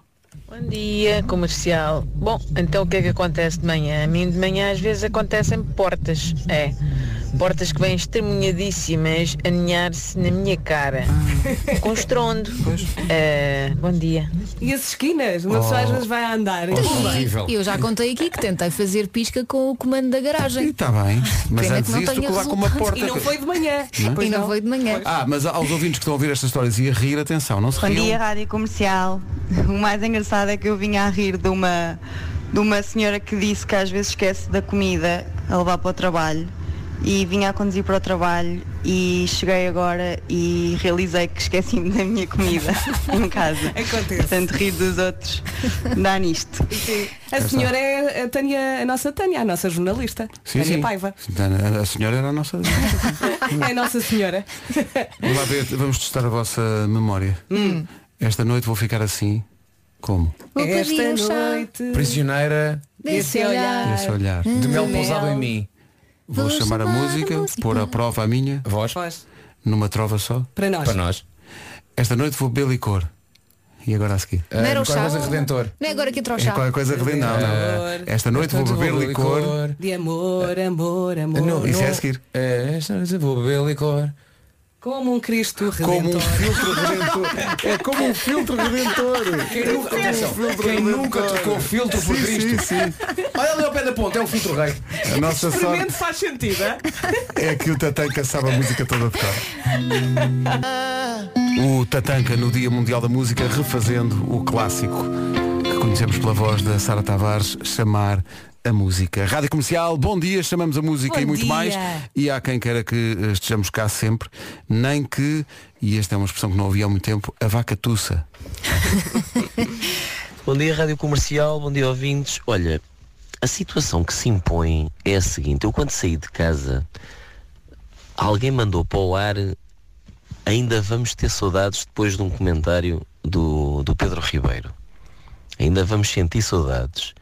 L: Bom dia, comercial. Bom, então o que é que acontece de manhã? A mim de manhã às vezes acontecem portas. É. Portas que vêm estremunhadíssimas aninhar-se na minha cara. Com estrondo. Eh, bom dia.
D: E as esquinas? Uma pessoa às
E: Oh.
B: Oh.
D: vezes vai a andar. e-
E: E eu já contei aqui que tentei fazer pisca com o comando da garagem.
B: Está Tá bem, mas
E: Pena
B: antes
E: que não
B: disso,
E: tenha
B: tu lá com uma
E: resultado.
B: porta.
E: E não
D: Foi de manhã.
B: Não é?
E: E não foi de manhã.
B: Ah, mas aos ouvintes que estão a ouvir estas histórias e a rir, atenção, não se
M: Bom
B: riam.
M: dia, Rádio Comercial. O mais engraçado é que eu vinha a rir de uma, de uma senhora que disse que às vezes esquece da comida a levar para o trabalho e vinha a conduzir para o trabalho e cheguei agora e realizei que esqueci-me da minha comida em casa.
D: Acontece.
M: Portanto, rir dos outros dá nisto.
D: A senhora é a, Tânia, a nossa Tânia, a nossa jornalista.
B: Sim, Hum.
D: Tânia
B: sim.
D: Paiva.
B: A- A senhora era a nossa.
D: É a nossa senhora.
B: Vamos lá ver, vamos testar a vossa memória.
D: Hum.
B: Esta noite vou ficar assim. Como?
E: Vou pedir um
D: Esta
E: chá.
D: noite.
G: Prisioneira
E: Desse olhar.
B: Esse olhar.
G: de mel
E: Mel.
G: pousado em mim.
B: Vou chamar a música, pôr à prova a minha.
G: Voz.
B: Numa trova só.
D: Para nós.
G: Para nós.
B: Esta noite vou beber licor. E agora a seguir?
E: Não era o
G: Ah, Qualquer
E: chá.
G: coisa redentor.
E: Não é agora que entra o
B: É
E: chá.
B: qualquer coisa redentor. Não, não.
D: Amor.
B: Esta noite vou beber licor.
D: De amor, amor, amor.
G: Não,
B: Isso
G: não-
B: é a seguir.
G: É, esta noite vou beber licor.
D: Como um Cristo redentor.
G: Como um filtro
B: redentor. É como um filtro redentor.
G: Quem nunca,
B: um
G: atenção, quem nunca tocou filtro por
B: Sim,
G: Cristo?
B: sim, sim.
G: Olha ali ao pé da ponta, é o filtro rei.
B: A nossa sorte
D: Experimento faz sentido, é?
B: É que o Tatanka sabe a música toda de cor. O Tatanka no Dia Mundial da Música refazendo o clássico que conhecemos pela voz da Sara Tavares chamar a música. Rádio Comercial, bom dia, chamamos a música
D: Bom
B: e muito
D: dia.
B: mais. E há quem queira que eh, estejamos cá sempre, nem que, e esta é uma expressão que não ouvi há muito tempo, a vaca tussa.
N: Bom dia, Rádio Comercial, bom dia, ouvintes. Olha, a situação que se impõe é a seguinte: eu, quando saí de casa, alguém mandou para o ar ainda vamos ter saudades depois de um comentário do do, do Pedro Ribeiro. Ainda vamos sentir saudades.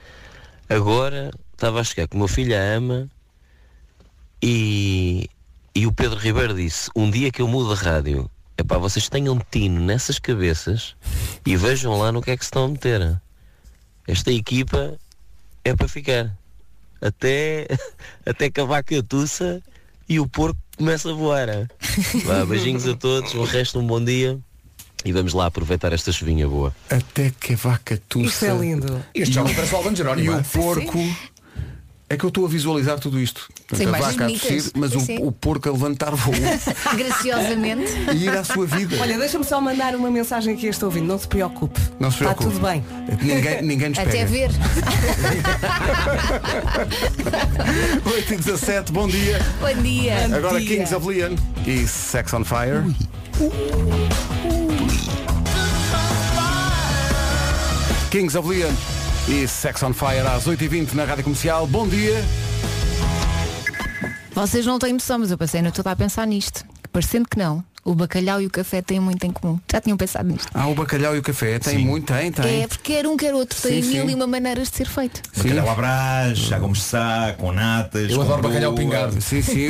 N: Agora estava a chegar com o meu filho a ama e, e o Pedro Ribeiro disse, um dia que eu mudo a rádio, epá, vocês tenham tino nessas cabeças e vejam lá no que é que se estão a meter. Esta equipa é para ficar. Até, <laughs> até acabar com a tussa e o porco <laughs> começa a voar. Vá, beijinhos a todos, o resto um bom dia e vamos lá aproveitar esta chuvinha boa.
B: Até que a vaca tussa.
D: Isso é lindo.
N: Este
B: E o-
N: jovem parece o Alban Jerónimo,
B: E
N: é?
B: o
N: Sim,
B: porco. É que eu estou a visualizar tudo isto.
E: Sim,
B: a
E: imagens
B: vaca a
E: bonitas.
B: descer, mas o,
E: Sim.
B: o porco a levantar
D: <laughs>
B: voo.
E: Graciosamente.
B: E ir à sua vida.
D: Olha, deixa-me só mandar uma mensagem aqui a este ouvindo. Não se preocupe.
B: Não se preocupe. É
D: Está Tá tudo bem.
B: Ninguém, ninguém nos pega.
D: ver.
B: <laughs> 8 e 17, bom dia.
E: <laughs> Bom dia.
B: Agora Kings of Leon e Sex on Fire.
H: Uh,
B: Kings of Leon e Sex on Fire às 8h20 na Rádio Comercial. Bom dia.
E: Vocês não têm noção, mas eu passei a noite toda a pensar nisto. Que parecendo que não, o bacalhau e o café têm muito em comum. Já tinham pensado nisto.
B: Ah, o bacalhau e o café. Tem muito, tem,
G: tá
B: tem.
E: É, porque quer um, quer outro. Tem
B: Sim,
E: mil
B: sim.
E: e uma maneiras de ser feito.
O: Bacalhau à brás, já como está, com natas.
B: Eu
O: com
B: adoro bacalhau
O: broa.
B: pingado. Sim,
O: <laughs>
B: sim.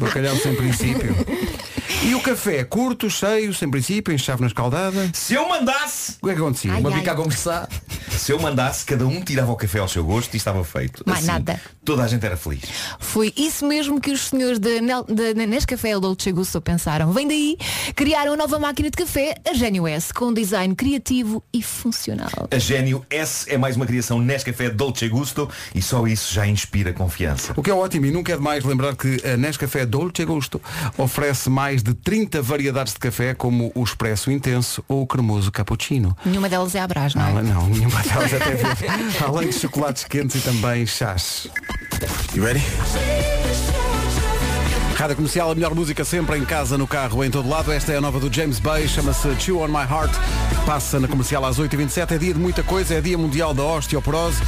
B: bacalhau sem princípio. <laughs> E o café? Curto, cheio, sem princípio, enxave na escaldada.
O: Se eu mandasse.
B: O que é que acontecia?
E: Ai, Uma ai. bica a
B: conversar.
O: Se eu mandasse, cada um tirava o café ao seu gosto e estava feito.
E: Mais
O: Assim,
E: nada.
O: Toda a gente era feliz.
E: Foi isso mesmo que os senhores da, Nel, da da Nescafé Dolce Gusto pensaram. Vem daí, criaram a nova máquina de café, a Gênio S, com um design criativo e funcional.
O: A Gênio S é mais uma criação Nescafé Dolce Gusto e só isso já inspira confiança.
B: O que é ótimo e nunca é demais lembrar que a Nescafé Dolce Gusto oferece mais de 30 variedades de café, como o expresso intenso ou o cremoso cappuccino.
E: Nenhuma delas é a Brás, não é?
B: Além, não, nenhuma delas até
E: <laughs>
B: vive. Além de chocolates quentes e também chás. You ready? Rádio Comercial, a melhor música sempre, em casa, no carro, em todo lado. Esta é a nova do James Bay, chama-se Chew on My Heart. Passa na comercial às 8h27. É dia de muita coisa, é dia mundial da osteoporose.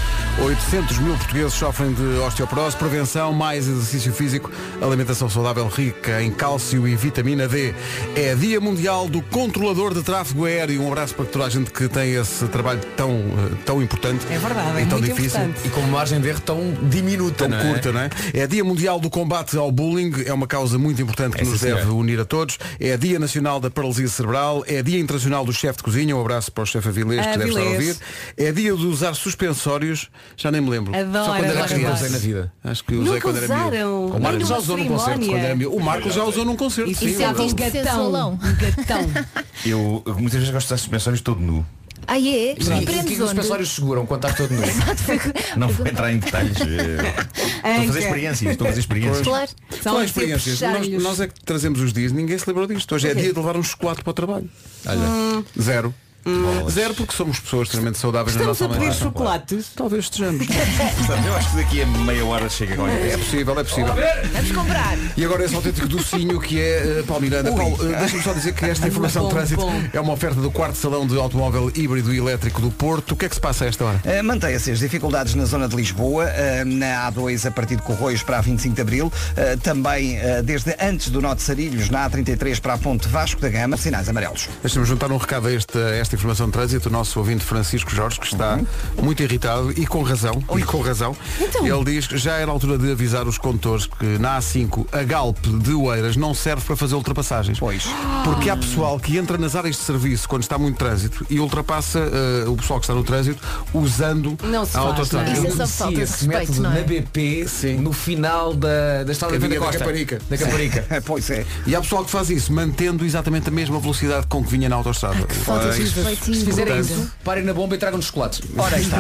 B: 800 mil portugueses sofrem de osteoporose. Prevenção, mais exercício físico, alimentação saudável rica em cálcio e vitamina D. É dia mundial do controlador de tráfego aéreo. Um abraço para toda a gente que tem esse trabalho tão, eh, tão importante.
G: É verdade,
B: e
G: é
B: tão
G: muito
B: difícil.
G: importante.
B: E com uma margem de erro tão diminuta, tão
G: não é?
B: curta, não é? É Dia Mundial do Combate ao Bullying, é uma causa muito importante que
G: É, sim,
B: nos deve
G: senhora.
B: unir a todos. É Dia Nacional da Paralisia Cerebral, é Dia Internacional do Chefe de Cozinha, um abraço para o chefe Avilés, que deve estar a ouvir.
D: Ah, Avilés.
B: É Dia de usar suspensórios, já nem me lembro.
D: Adoro,
B: Só quando era
D: adoro,
B: criança.
D: adoro.
B: usei na vida. Acho que usei
D: Nunca
B: quando era miúdo.
D: usaram.
B: O
D: Nem
B: Marco já
D: numa
B: usou num concerto
D: cerimónia.
B: quando era miúdo. O Marco já usou num concerto.
D: Isso
B: sim,
D: é
B: eu-
D: alguém que- Gatão.
E: Sensolão.
D: Gatão.
O: Eu eu muitas vezes gosto de dar suspensórios todo nu.
E: Aí é?
G: E o que é que os
E: onde? <laughs>
G: pensórios seguram quando está todo nu?
O: Não vou entrar em detalhes. eh, Estou a fazer experiências, estou a fazer experiências.
E: Claro.
B: São experiências. Nós, nós é que trazemos os dias, ninguém se lembrou disto. Hoje é dia de levar um chocolate para o trabalho.
O: Olha. Hum.
B: Zero. Zero porque somos pessoas extremamente saudáveis
O: Estamos
B: na
O: a
B: nossa
O: pedir
B: maneira.
O: chocolates?
B: Talvez estejamos.
O: Portanto, Eu acho que daqui a meia hora chega agora.
B: É possível, é possível.
D: Vamos comprar.
B: E agora esse autêntico docinho que é eh, Paulo Miranda.
O: Ui.
B: Paulo, eh, deixa-me só dizer que esta informação de
O: Bom,
B: trânsito
O: bom.
B: é uma oferta do quarto salão de automóvel híbrido e elétrico do Porto. O que é que se passa a esta hora?
C: Uh, Mantém-se as dificuldades na zona de Lisboa, uh, na A2 a partir de Corroios para a 25 de Abril, uh, também uh, desde antes do Nó de Sarilhos na A33 para a Ponte Vasco da Gama, sinais amarelos.
B: Deixa-me juntar um recado a esta, a esta informação de trânsito, o nosso ouvinte Francisco Jorge, que está
D: Uhum.
B: muito irritado e com razão. E com razão.
D: Então.
B: Ele diz que já era a altura de avisar os condutores que na A5 a Galpe de Oeiras não serve para fazer ultrapassagens.
C: Pois.
B: Porque há pessoal que entra nas áreas de serviço quando está muito trânsito e ultrapassa eh, o pessoal que está no trânsito usando
D: Não se
B: a
D: faz,
B: autoestrada.
D: não é? Isso é só
G: Sim, esse método
D: é?
G: na BP no final da, da estrada
B: Caminho
G: da Costa. Da Caparica.
C: pois é.
B: E há pessoal que faz isso, mantendo exatamente a mesma velocidade com que vinha na autoestrada.
G: Falta de respeito. Se fizerem
B: Portanto,
G: isso, parem na bomba e tragam-nos chocolates.
B: Ora, aí está.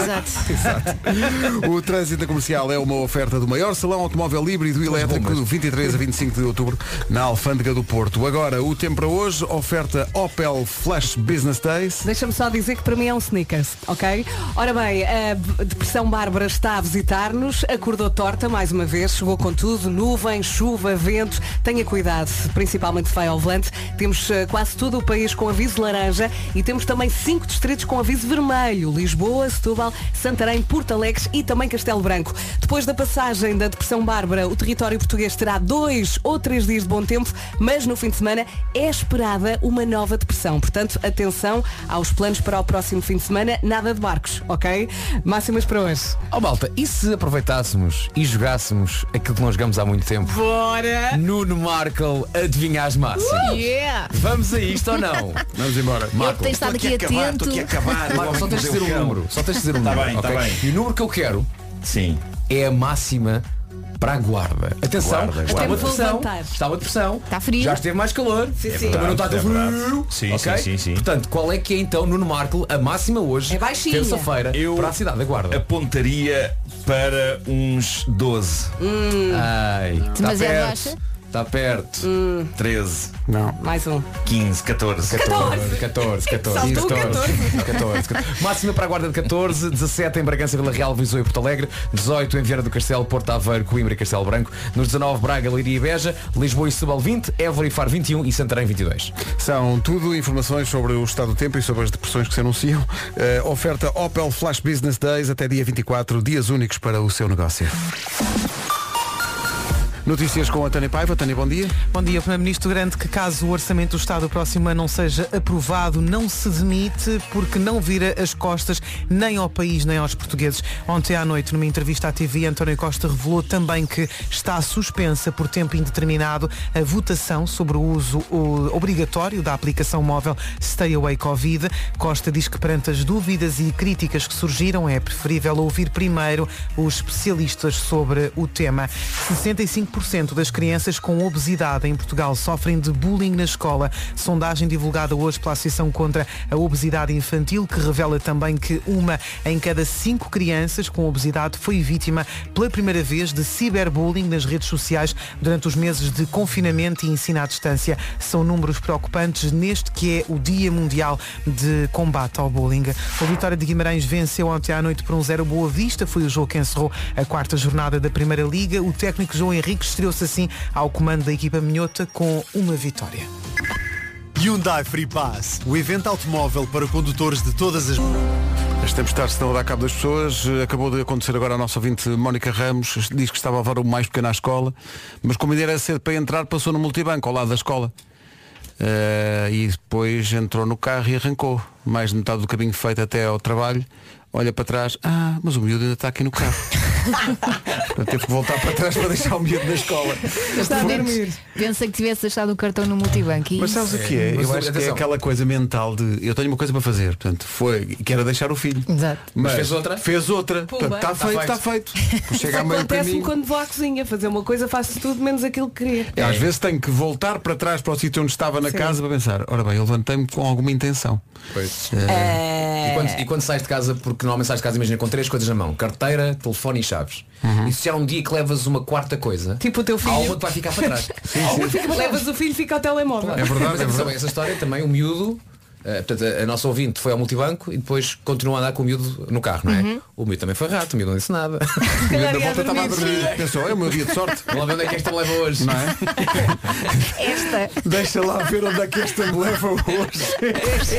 B: Exato. O trânsito comercial é uma oferta do maior salão automóvel híbrido e elétrico do 23 a 25 de outubro na Alfândega do Porto. Agora, o tempo para hoje, oferta Opel Flash Business Days.
D: Deixa-me só dizer que para mim é um sneakers, ok? Ora bem, a B- Depressão Bárbara está a visitar-nos, acordou torta mais uma vez, chegou com tudo, nuvem, chuva, vento, tenha cuidado, principalmente se vai ao volante. Temos eh, quase todo o país com aviso laranja e temos também cinco distritos com aviso vermelho. Lisboa, Setúbal, Santarém, Porto Alegre e também Castelo Branco. Depois da passagem da Depressão Bárbara, o território português terá dois ou três dias de bom tempo, mas no fim de semana é esperada uma nova depressão. Portanto, atenção aos planos para o próximo fim de semana. Nada de barcos, ok? Máximas para hoje.
G: Oh malta, e se aproveitássemos e jogássemos aquilo que nós jogamos há muito tempo?
D: Bora!
G: Nuno Markle, adivinha as máximas.
E: Uh! Yeah!
G: Ah, Vamos a isto ou não?
B: Vamos embora.
E: Marco, tenho estado estou aqui aqui a acabar, atento. estou aqui a acabar.
G: Marco, só tens de dizer um número. Só tens de dizer um
O: Tá
G: número.
O: bem, tá
G: ok?
O: bem.
G: E o número que eu quero Sim. é a máxima para a guarda. Atenção,
O: Guarda,
G: está uma
O: guarda. Até me vou
G: depressão.
O: levantar.
G: Está uma depressão.
E: Está frio.
G: Já esteve mais calor.
O: Sim, sim.
G: Também não está
O: É
G: tão
O: verdade.
G: frio.
O: Sim,
G: ok?
O: sim, sim, sim.
G: Portanto, qual é que é então, Nuno Marco, a máxima hoje, é terça-feira, para a cidade da Guarda?
O: Apontaria para uns 12.
D: Hum.
O: Ai, está
D: Demasiado
O: perto.
D: baixa?
G: Tá
O: Está perto.
D: Hum.
O: 13.
B: Não.
D: Mais um.
O: 15, 14.
G: 14, 14, 14,
D: Saltou
G: 14,
D: 14.
G: 14. Máxima para a guarda de 14, 17 em Bragança, Vila Real, Viseu e Porto Alegre, 18 em Vieira do Castelo, Porto Aveiro, Coimbra e Castelo Branco, nos 19 Braga, Leiria e Beja, Lisboa e Setúbal 20, Évora e Faro 21 e Santarém 22.
B: São tudo informações sobre o estado do tempo e sobre as depressões que se anunciam. Eh, oferta Opel Flash Business Days até dia 24, dias únicos para o seu negócio. Notícias com a Tânia Paiva. Tânia, bom dia.
P: Bom dia, Primeiro-Ministro garante que caso o Orçamento do Estado do próximo ano não seja aprovado, não se demite porque não vira as costas nem ao país nem aos portugueses. Ontem à noite, numa entrevista à TV, António Costa revelou também que está suspensa por tempo indeterminado a votação sobre o uso o- obrigatório da aplicação móvel Stay Away Covid. Costa diz que perante as dúvidas e críticas que surgiram é preferível ouvir primeiro os especialistas sobre o tema. 65% das crianças com obesidade em Portugal sofrem de bullying na escola. Sondagem divulgada hoje pela Associação contra a Obesidade Infantil, que revela também que uma em cada cinco crianças com obesidade foi vítima pela primeira vez de ciberbullying nas redes sociais durante os meses de confinamento e ensino à distância. São números preocupantes neste que é o Dia Mundial de Combate ao Bullying. A vitória de Guimarães venceu ontem à noite por um zero Boa Vista. Foi o jogo que encerrou a quarta jornada da Primeira Liga. O técnico João Henrique estreou-se assim ao comando da equipa minhota com uma vitória.
G: um
Q: Hyundai Free Pass, o evento automóvel para condutores de todas as...
B: As tempestades estão a dar cabo das pessoas. Eh, Acabou de acontecer agora a nossa ouvinte Mónica Ramos. Diz que estava a levar o mais pequeno à escola, mas como ainda era cedo para entrar, passou no multibanco ao lado da escola. Eh, e depois entrou no carro e arrancou. Mais de metade do caminho feito até ao trabalho. Olha para trás, ah, mas o miúdo ainda está aqui no carro. Portanto, teve que voltar para trás para deixar o miúdo na escola.
E: Está a dormir. Pensei que tivesse deixado o cartão no multibanco. E
B: Mas sabes o que é?
G: mas
B: Eu acho que é
G: atenção.
B: aquela coisa mental de eu tenho uma coisa para fazer, portanto, foi, que era deixar o filho.
E: Exato.
B: Mas
G: Mas fez outra?
B: Fez outra. Portanto, está feito, está <laughs> feito. Chega a meio
D: Acontece-me
B: caminho.
D: quando vou à cozinha fazer uma coisa, faço tudo menos aquilo que queria.
B: Eu, Às vezes tenho que voltar para trás para o sítio onde estava na
D: Sim.
B: casa para pensar, ora bem, eu levantei-me com alguma intenção. Eh, É.
D: É.
G: E, quando, e quando sais de casa, porque normalmente sais de casa, imagina, com três coisas na mão, carteira, telefone e chaves. E se há um dia que levas uma quarta coisa,
D: Tipo o teu filho.
G: há uma que vai ficar para
D: <laughs>
G: trás. É Há uma que fica para trás.
D: Levas o filho e fica ao telemóvel.
G: <laughs> Mas atenção, essa história também, o miúdo. eh, portanto, a, a nossa ouvinte foi ao multibanco e depois continuou a andar com o miúdo no carro, não é?
D: Uhum.
G: O miúdo também foi rato, o miúdo não disse <laughs> nada. O miúdo
D: calhar
G: na
D: ia
G: volta estava a
D: dormir.
G: dormir.
B: Pensou, é o meu dia de sorte.
G: Vamos lá ver onde é que esta me leva hoje.
B: Não é?
G: <laughs>
E: Esta.
B: Deixa lá ver onde é que esta me leva hoje.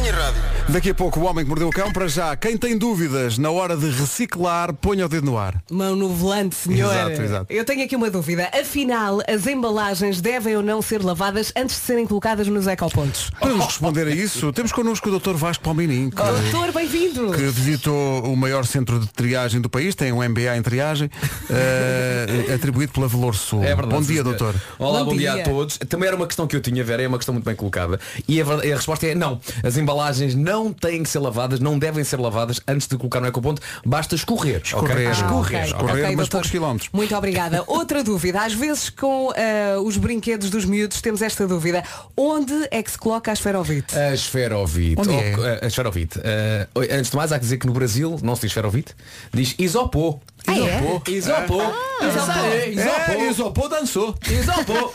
H: minha rádio.
B: Daqui a pouco o homem que mordeu o cão para já. Quem tem dúvidas na hora de reciclar, ponha o dedo no ar.
D: Mão no volante, senhor.
B: Exato, exato.
D: Eu tenho aqui uma dúvida. Afinal, as embalagens devem ou não ser lavadas antes de serem colocadas nos ecopontos?
B: Para nos responder a isso, temos connosco o Dr. Vasco Palmeirim, que,
D: Doutor, bem-vindo.
B: que visitou o maior centro de triagem do país, tem um MBA em triagem,
G: <laughs>
B: eh, atribuído pela Valor Sul.
G: É verdade,
B: Bom
G: sim,
B: dia,
G: senhora.
B: doutor.
G: Olá, bom, dia. a todos. Também era uma questão que eu tinha, Vera, é uma questão muito bem colocada. E a, ver- a resposta é não. As embalagens não têm que ser lavadas, não devem ser lavadas antes de colocar no ecoponto. Basta escorrer.
B: Escorrer,
G: ok?
B: escorrer,
G: Ah, ok?
B: escorrer,
D: Ok,
B: mas
D: doutor.
B: poucos quilómetros.
D: Muito obrigada. Outra dúvida. Às vezes com eh, os brinquedos dos miúdos temos esta dúvida. Onde é que se coloca a esferovite?
G: A esferovite.
D: Onde
G: Ou-
D: é?
G: A esferovite. Eh, antes de mais, há que dizer que no Brasil não se diz esferovite, diz isopor.
D: Ah, é?
G: Isopor.
D: Ah,
G: Isopor.
D: isopor.
G: É,
D: É,
G: Isopor dançou. Isopor.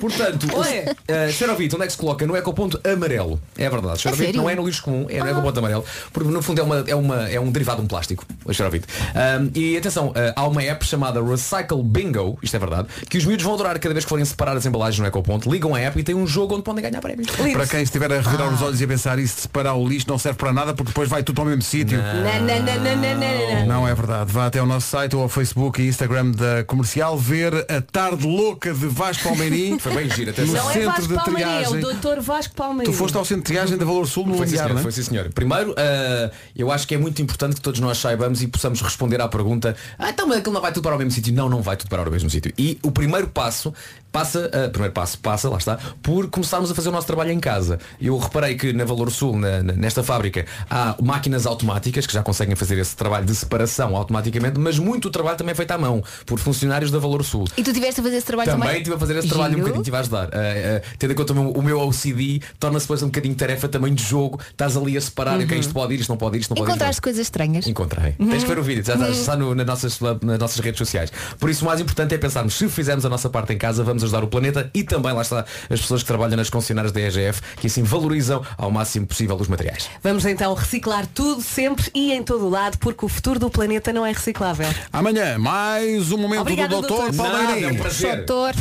G: Portanto, o-
D: Oi.
G: eh, Sr. Ouvinte, onde é que se coloca? <laughs> No ecoponto amarelo. É verdade, Sr.
D: A
G: Ouvinte,
D: sério? Ah.
G: não é no lixo comum, é no ecoponto amarelo. Porque no fundo é, uma, é, uma, é um derivado de um plástico, o Sr. Ouvinte. Ahm, e atenção, ah, há uma app chamada Recycle Bingo, isto é verdade, que os miúdos vão adorar cada vez que forem separar as embalagens é no ecoponto, ligam a app e tem um jogo onde podem ganhar prémios.
B: Para quem estiver a revirar
D: Ah.
B: os olhos e a pensar isso de separar o lixo não serve para nada porque depois vai tudo para o mesmo sítio.
D: Não, não, não, não, não, não, não.
B: Não é verdade. Vá até ao nosso site ou ao Facebook e Instagram da Comercial ver a tarde louca de Vasco
D: <laughs>
B: Palmeirim.
G: <laughs> Foi bem gira, atenção.
B: No
D: Não é
B: centro
D: Vasco
B: de
D: Palmeirinho, é
B: triagem.
D: o doutor Vasco Palmeirinho.
B: Tu foste ao centro de triagem da Valor Sul no
G: Foi sim,
B: Lumiar,
G: senhor,
B: não é?
G: foi sim, senhor. Primeiro, ah, eu acho que é muito importante que todos nós saibamos e possamos responder à pergunta ah, então mas aquilo não vai tudo para o mesmo sítio. Não, não vai tudo para o mesmo sítio. E o primeiro passo passa, ah, primeiro passo passa, lá está, por começarmos a fazer o nosso trabalho em casa. Eu reparei que na Valor Sul, na- na- nesta fábrica, há máquinas automáticas que já conseguem fazer esse trabalho de separação automaticamente, mas muito trabalho também é feito à mão, por funcionários da Valor Sul.
E: E tu tiveste a fazer esse trabalho também?
G: Também estive a fazer esse trabalho um
E: Giro.
G: bocadinho, estive a ajudar. Eh, eh, tendo em conta o meu, o meu OCD, torna-se depois um bocadinho tarefa também de jogo. Estás ali a separar, ok, isto pode ir, isto não pode ir, isto não pode ir.
E: Encontraste coisas estranhas.
G: Encontrei. Tens que ver o vídeo, já está, já está no- nas, nossas, nas nossas redes sociais. Por isso o mais importante é pensarmos, se fizermos a nossa parte em casa, vamos ajudar o planeta e também lá está as pessoas que trabalham nas concessionárias da EGF, que assim valorizam ao máximo possível os materiais.
D: Vamos então reciclar tudo, sempre e em todo lado, porque o futuro do planeta não é reciclável.
B: Amanhã, mais um momento
D: Obrigada,
B: do Doutor,
D: doutor.
B: Palmeirim.
D: Nada, é um prazer. Doutor.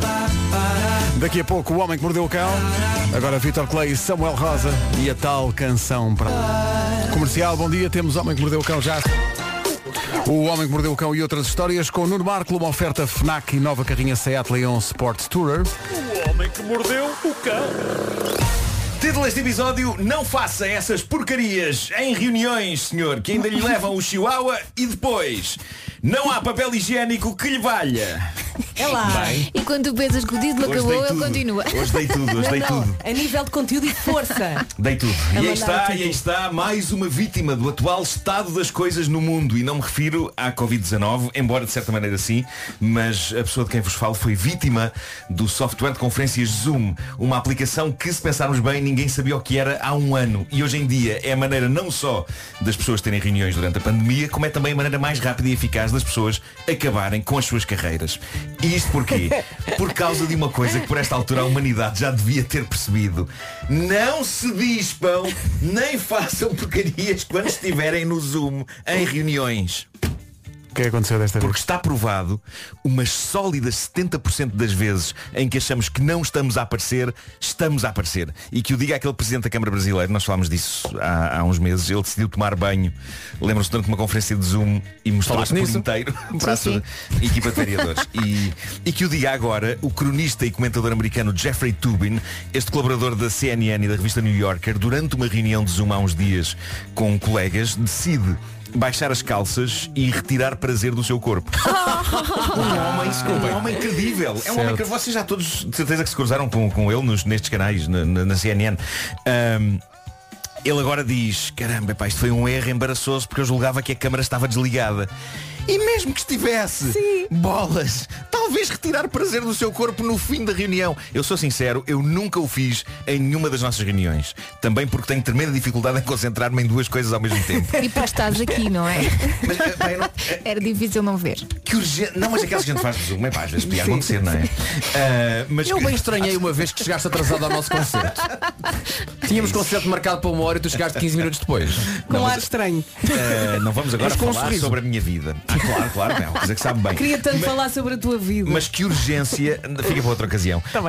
O: Tá,
B: Daqui a pouco, O Homem que Mordeu o Cão. Agora Vitor Clay e Samuel Rosa. E a tal canção para... Comercial, bom dia. Temos Homem que Mordeu o Cão já. O Homem que Mordeu o Cão e outras histórias com o Nuno Marco, uma oferta FNAC e nova carrinha Seat Leon Sport Tourer.
O: O homem que mordeu o cão. Título deste episódio, não faça essas porcarias em reuniões, senhor, que ainda lhe levam o chihuahua e depois não há papel higiênico que lhe valha.
D: É lá.
O: Bem.
E: E quando tu pensas que o título
O: Hoje
E: acabou,
O: dei
E: ele
O: tudo.
E: continua.
O: Hoje dei tudo, hoje
D: Não,
O: dei
D: não,
O: tudo.
D: A nível de conteúdo e força.
O: Dei tudo.
D: A
O: E aí
D: mandar
O: está,
D: tudo.
O: e aí está, mais uma vítima do atual estado das coisas no mundo. E não me refiro à Covid-19, embora de certa maneira sim, mas a pessoa de quem vos falo foi vítima do software de conferências Zoom, uma aplicação que, se pensarmos bem, ninguém sabia o que era há um ano. E hoje em dia é a maneira não só das pessoas terem reuniões durante a pandemia, como é também a maneira mais rápida e eficaz das pessoas acabarem com as suas carreiras. E isto porquê? Por causa de uma coisa que por esta altura a humanidade já devia ter percebido. Não se dispam, nem façam porcarias quando estiverem no Zoom em reuniões.
B: O que aconteceu desta vez?
O: Porque está provado, umas sólidas 70% das vezes em que achamos que não estamos a aparecer, estamos a aparecer. E que o diga aquele Presidente da Câmara Brasileira, nós falámos disso há, há uns meses, ele decidiu tomar banho, lembram-se durante uma conferência de Zoom e mostrou-se por
G: Falaste nisso?
O: inteiro <laughs> para a
G: Sim,
O: sua <laughs> equipa de vereadores. E, e que o diga agora o cronista e comentador americano Jeffrey Tubin, este colaborador da CNN e da revista New Yorker, durante uma reunião de Zoom há uns dias com colegas, decide baixar as calças e retirar prazer do seu corpo. Um homem, um homem credível. É um homem que vocês já todos de certeza que se cruzaram com, com ele nos- nestes canais, na, na- na CNN. Ahm, ele agora diz, caramba, pá, isto foi um erro embaraçoso porque eu julgava que a câmara estava desligada. E mesmo que estivesse, bolas, talvez retirar prazer do seu corpo no fim da reunião. Eu sou sincero, eu nunca o fiz em nenhuma das nossas reuniões. Também porque tenho tremenda dificuldade em concentrar-me em duas coisas ao mesmo
E: <laughs>
O: tempo.
E: E para estás aqui, não é?
O: eh,
E: Era difícil não ver.
O: Que urgente. Não, mas aquelas que a gente faz de zoom, é pá, às vezes podia acontecer, não é? Ah, mas
G: Eu
O: que-
G: bem estranhei uma vez que chegaste atrasado ao nosso concerto. <laughs> Tínhamos concerto marcado para uma hora e tu chegaste 15 minutos depois.
D: Com ar estranho.
O: Ah, não vamos agora
G: Mas com um
O: falar
G: sorriso.
O: sobre a minha vida. Ah, claro, claro, não, é uma coisa que sabe bem.
D: Queria tanto
O: Mas-
D: falar sobre a tua vida.
O: Mas que urgência, fica para outra ocasião. Ah,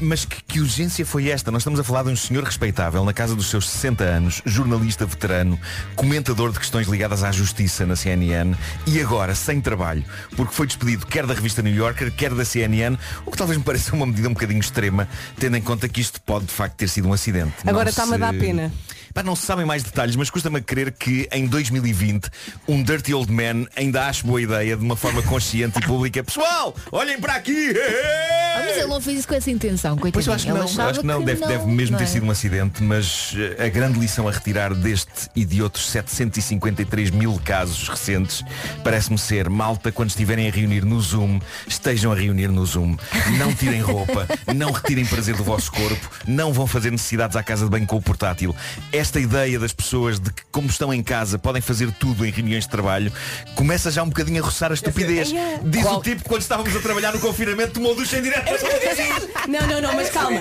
O: mas que, que urgência foi esta? Nós estamos a falar de um senhor respeitável na casa dos seus 60 anos, jornalista veterano, comentador de questões ligadas à justiça na CNN e agora sem trabalho, porque foi despedido quer da revista New Yorker, quer da CNN, o que talvez me pareça uma medida um bocadinho extrema, tendo em conta que isto pode de facto ter sido um acidente.
D: Agora
O: Não
D: está-me a dar
O: se-
D: pena.
O: Pá, não se sabem mais detalhes, mas custa-me a crer que em 2020 um Dirty Old Man ainda ache boa ideia de uma forma consciente e pública. Pessoal, olhem para aqui!
E: Ah, mas ele não fez isso com essa intenção, coitadinho.
O: Eh! Pois eu acho que
E: Ele
O: não,
E: achava
O: acho que não, deve, deve mesmo
E: não
O: ter
E: é?
O: sido um acidente, mas eh, a grande lição a retirar deste e de outros 753 mil casos recentes parece-me ser, malta, quando estiverem a reunir no Zoom, estejam a reunir no Zoom, não tirem roupa, não retirem prazer do vosso corpo, não vão fazer necessidades à casa de banho com o portátil. Esta esta ideia das pessoas de que, como estão em casa, podem fazer tudo em reuniões de trabalho, começa já um bocadinho a roçar a estupidez. Diz o tipo que quando estávamos a trabalhar no confinamento tomou ducha em direto.
D: <laughs> Não, não, não, mas calma.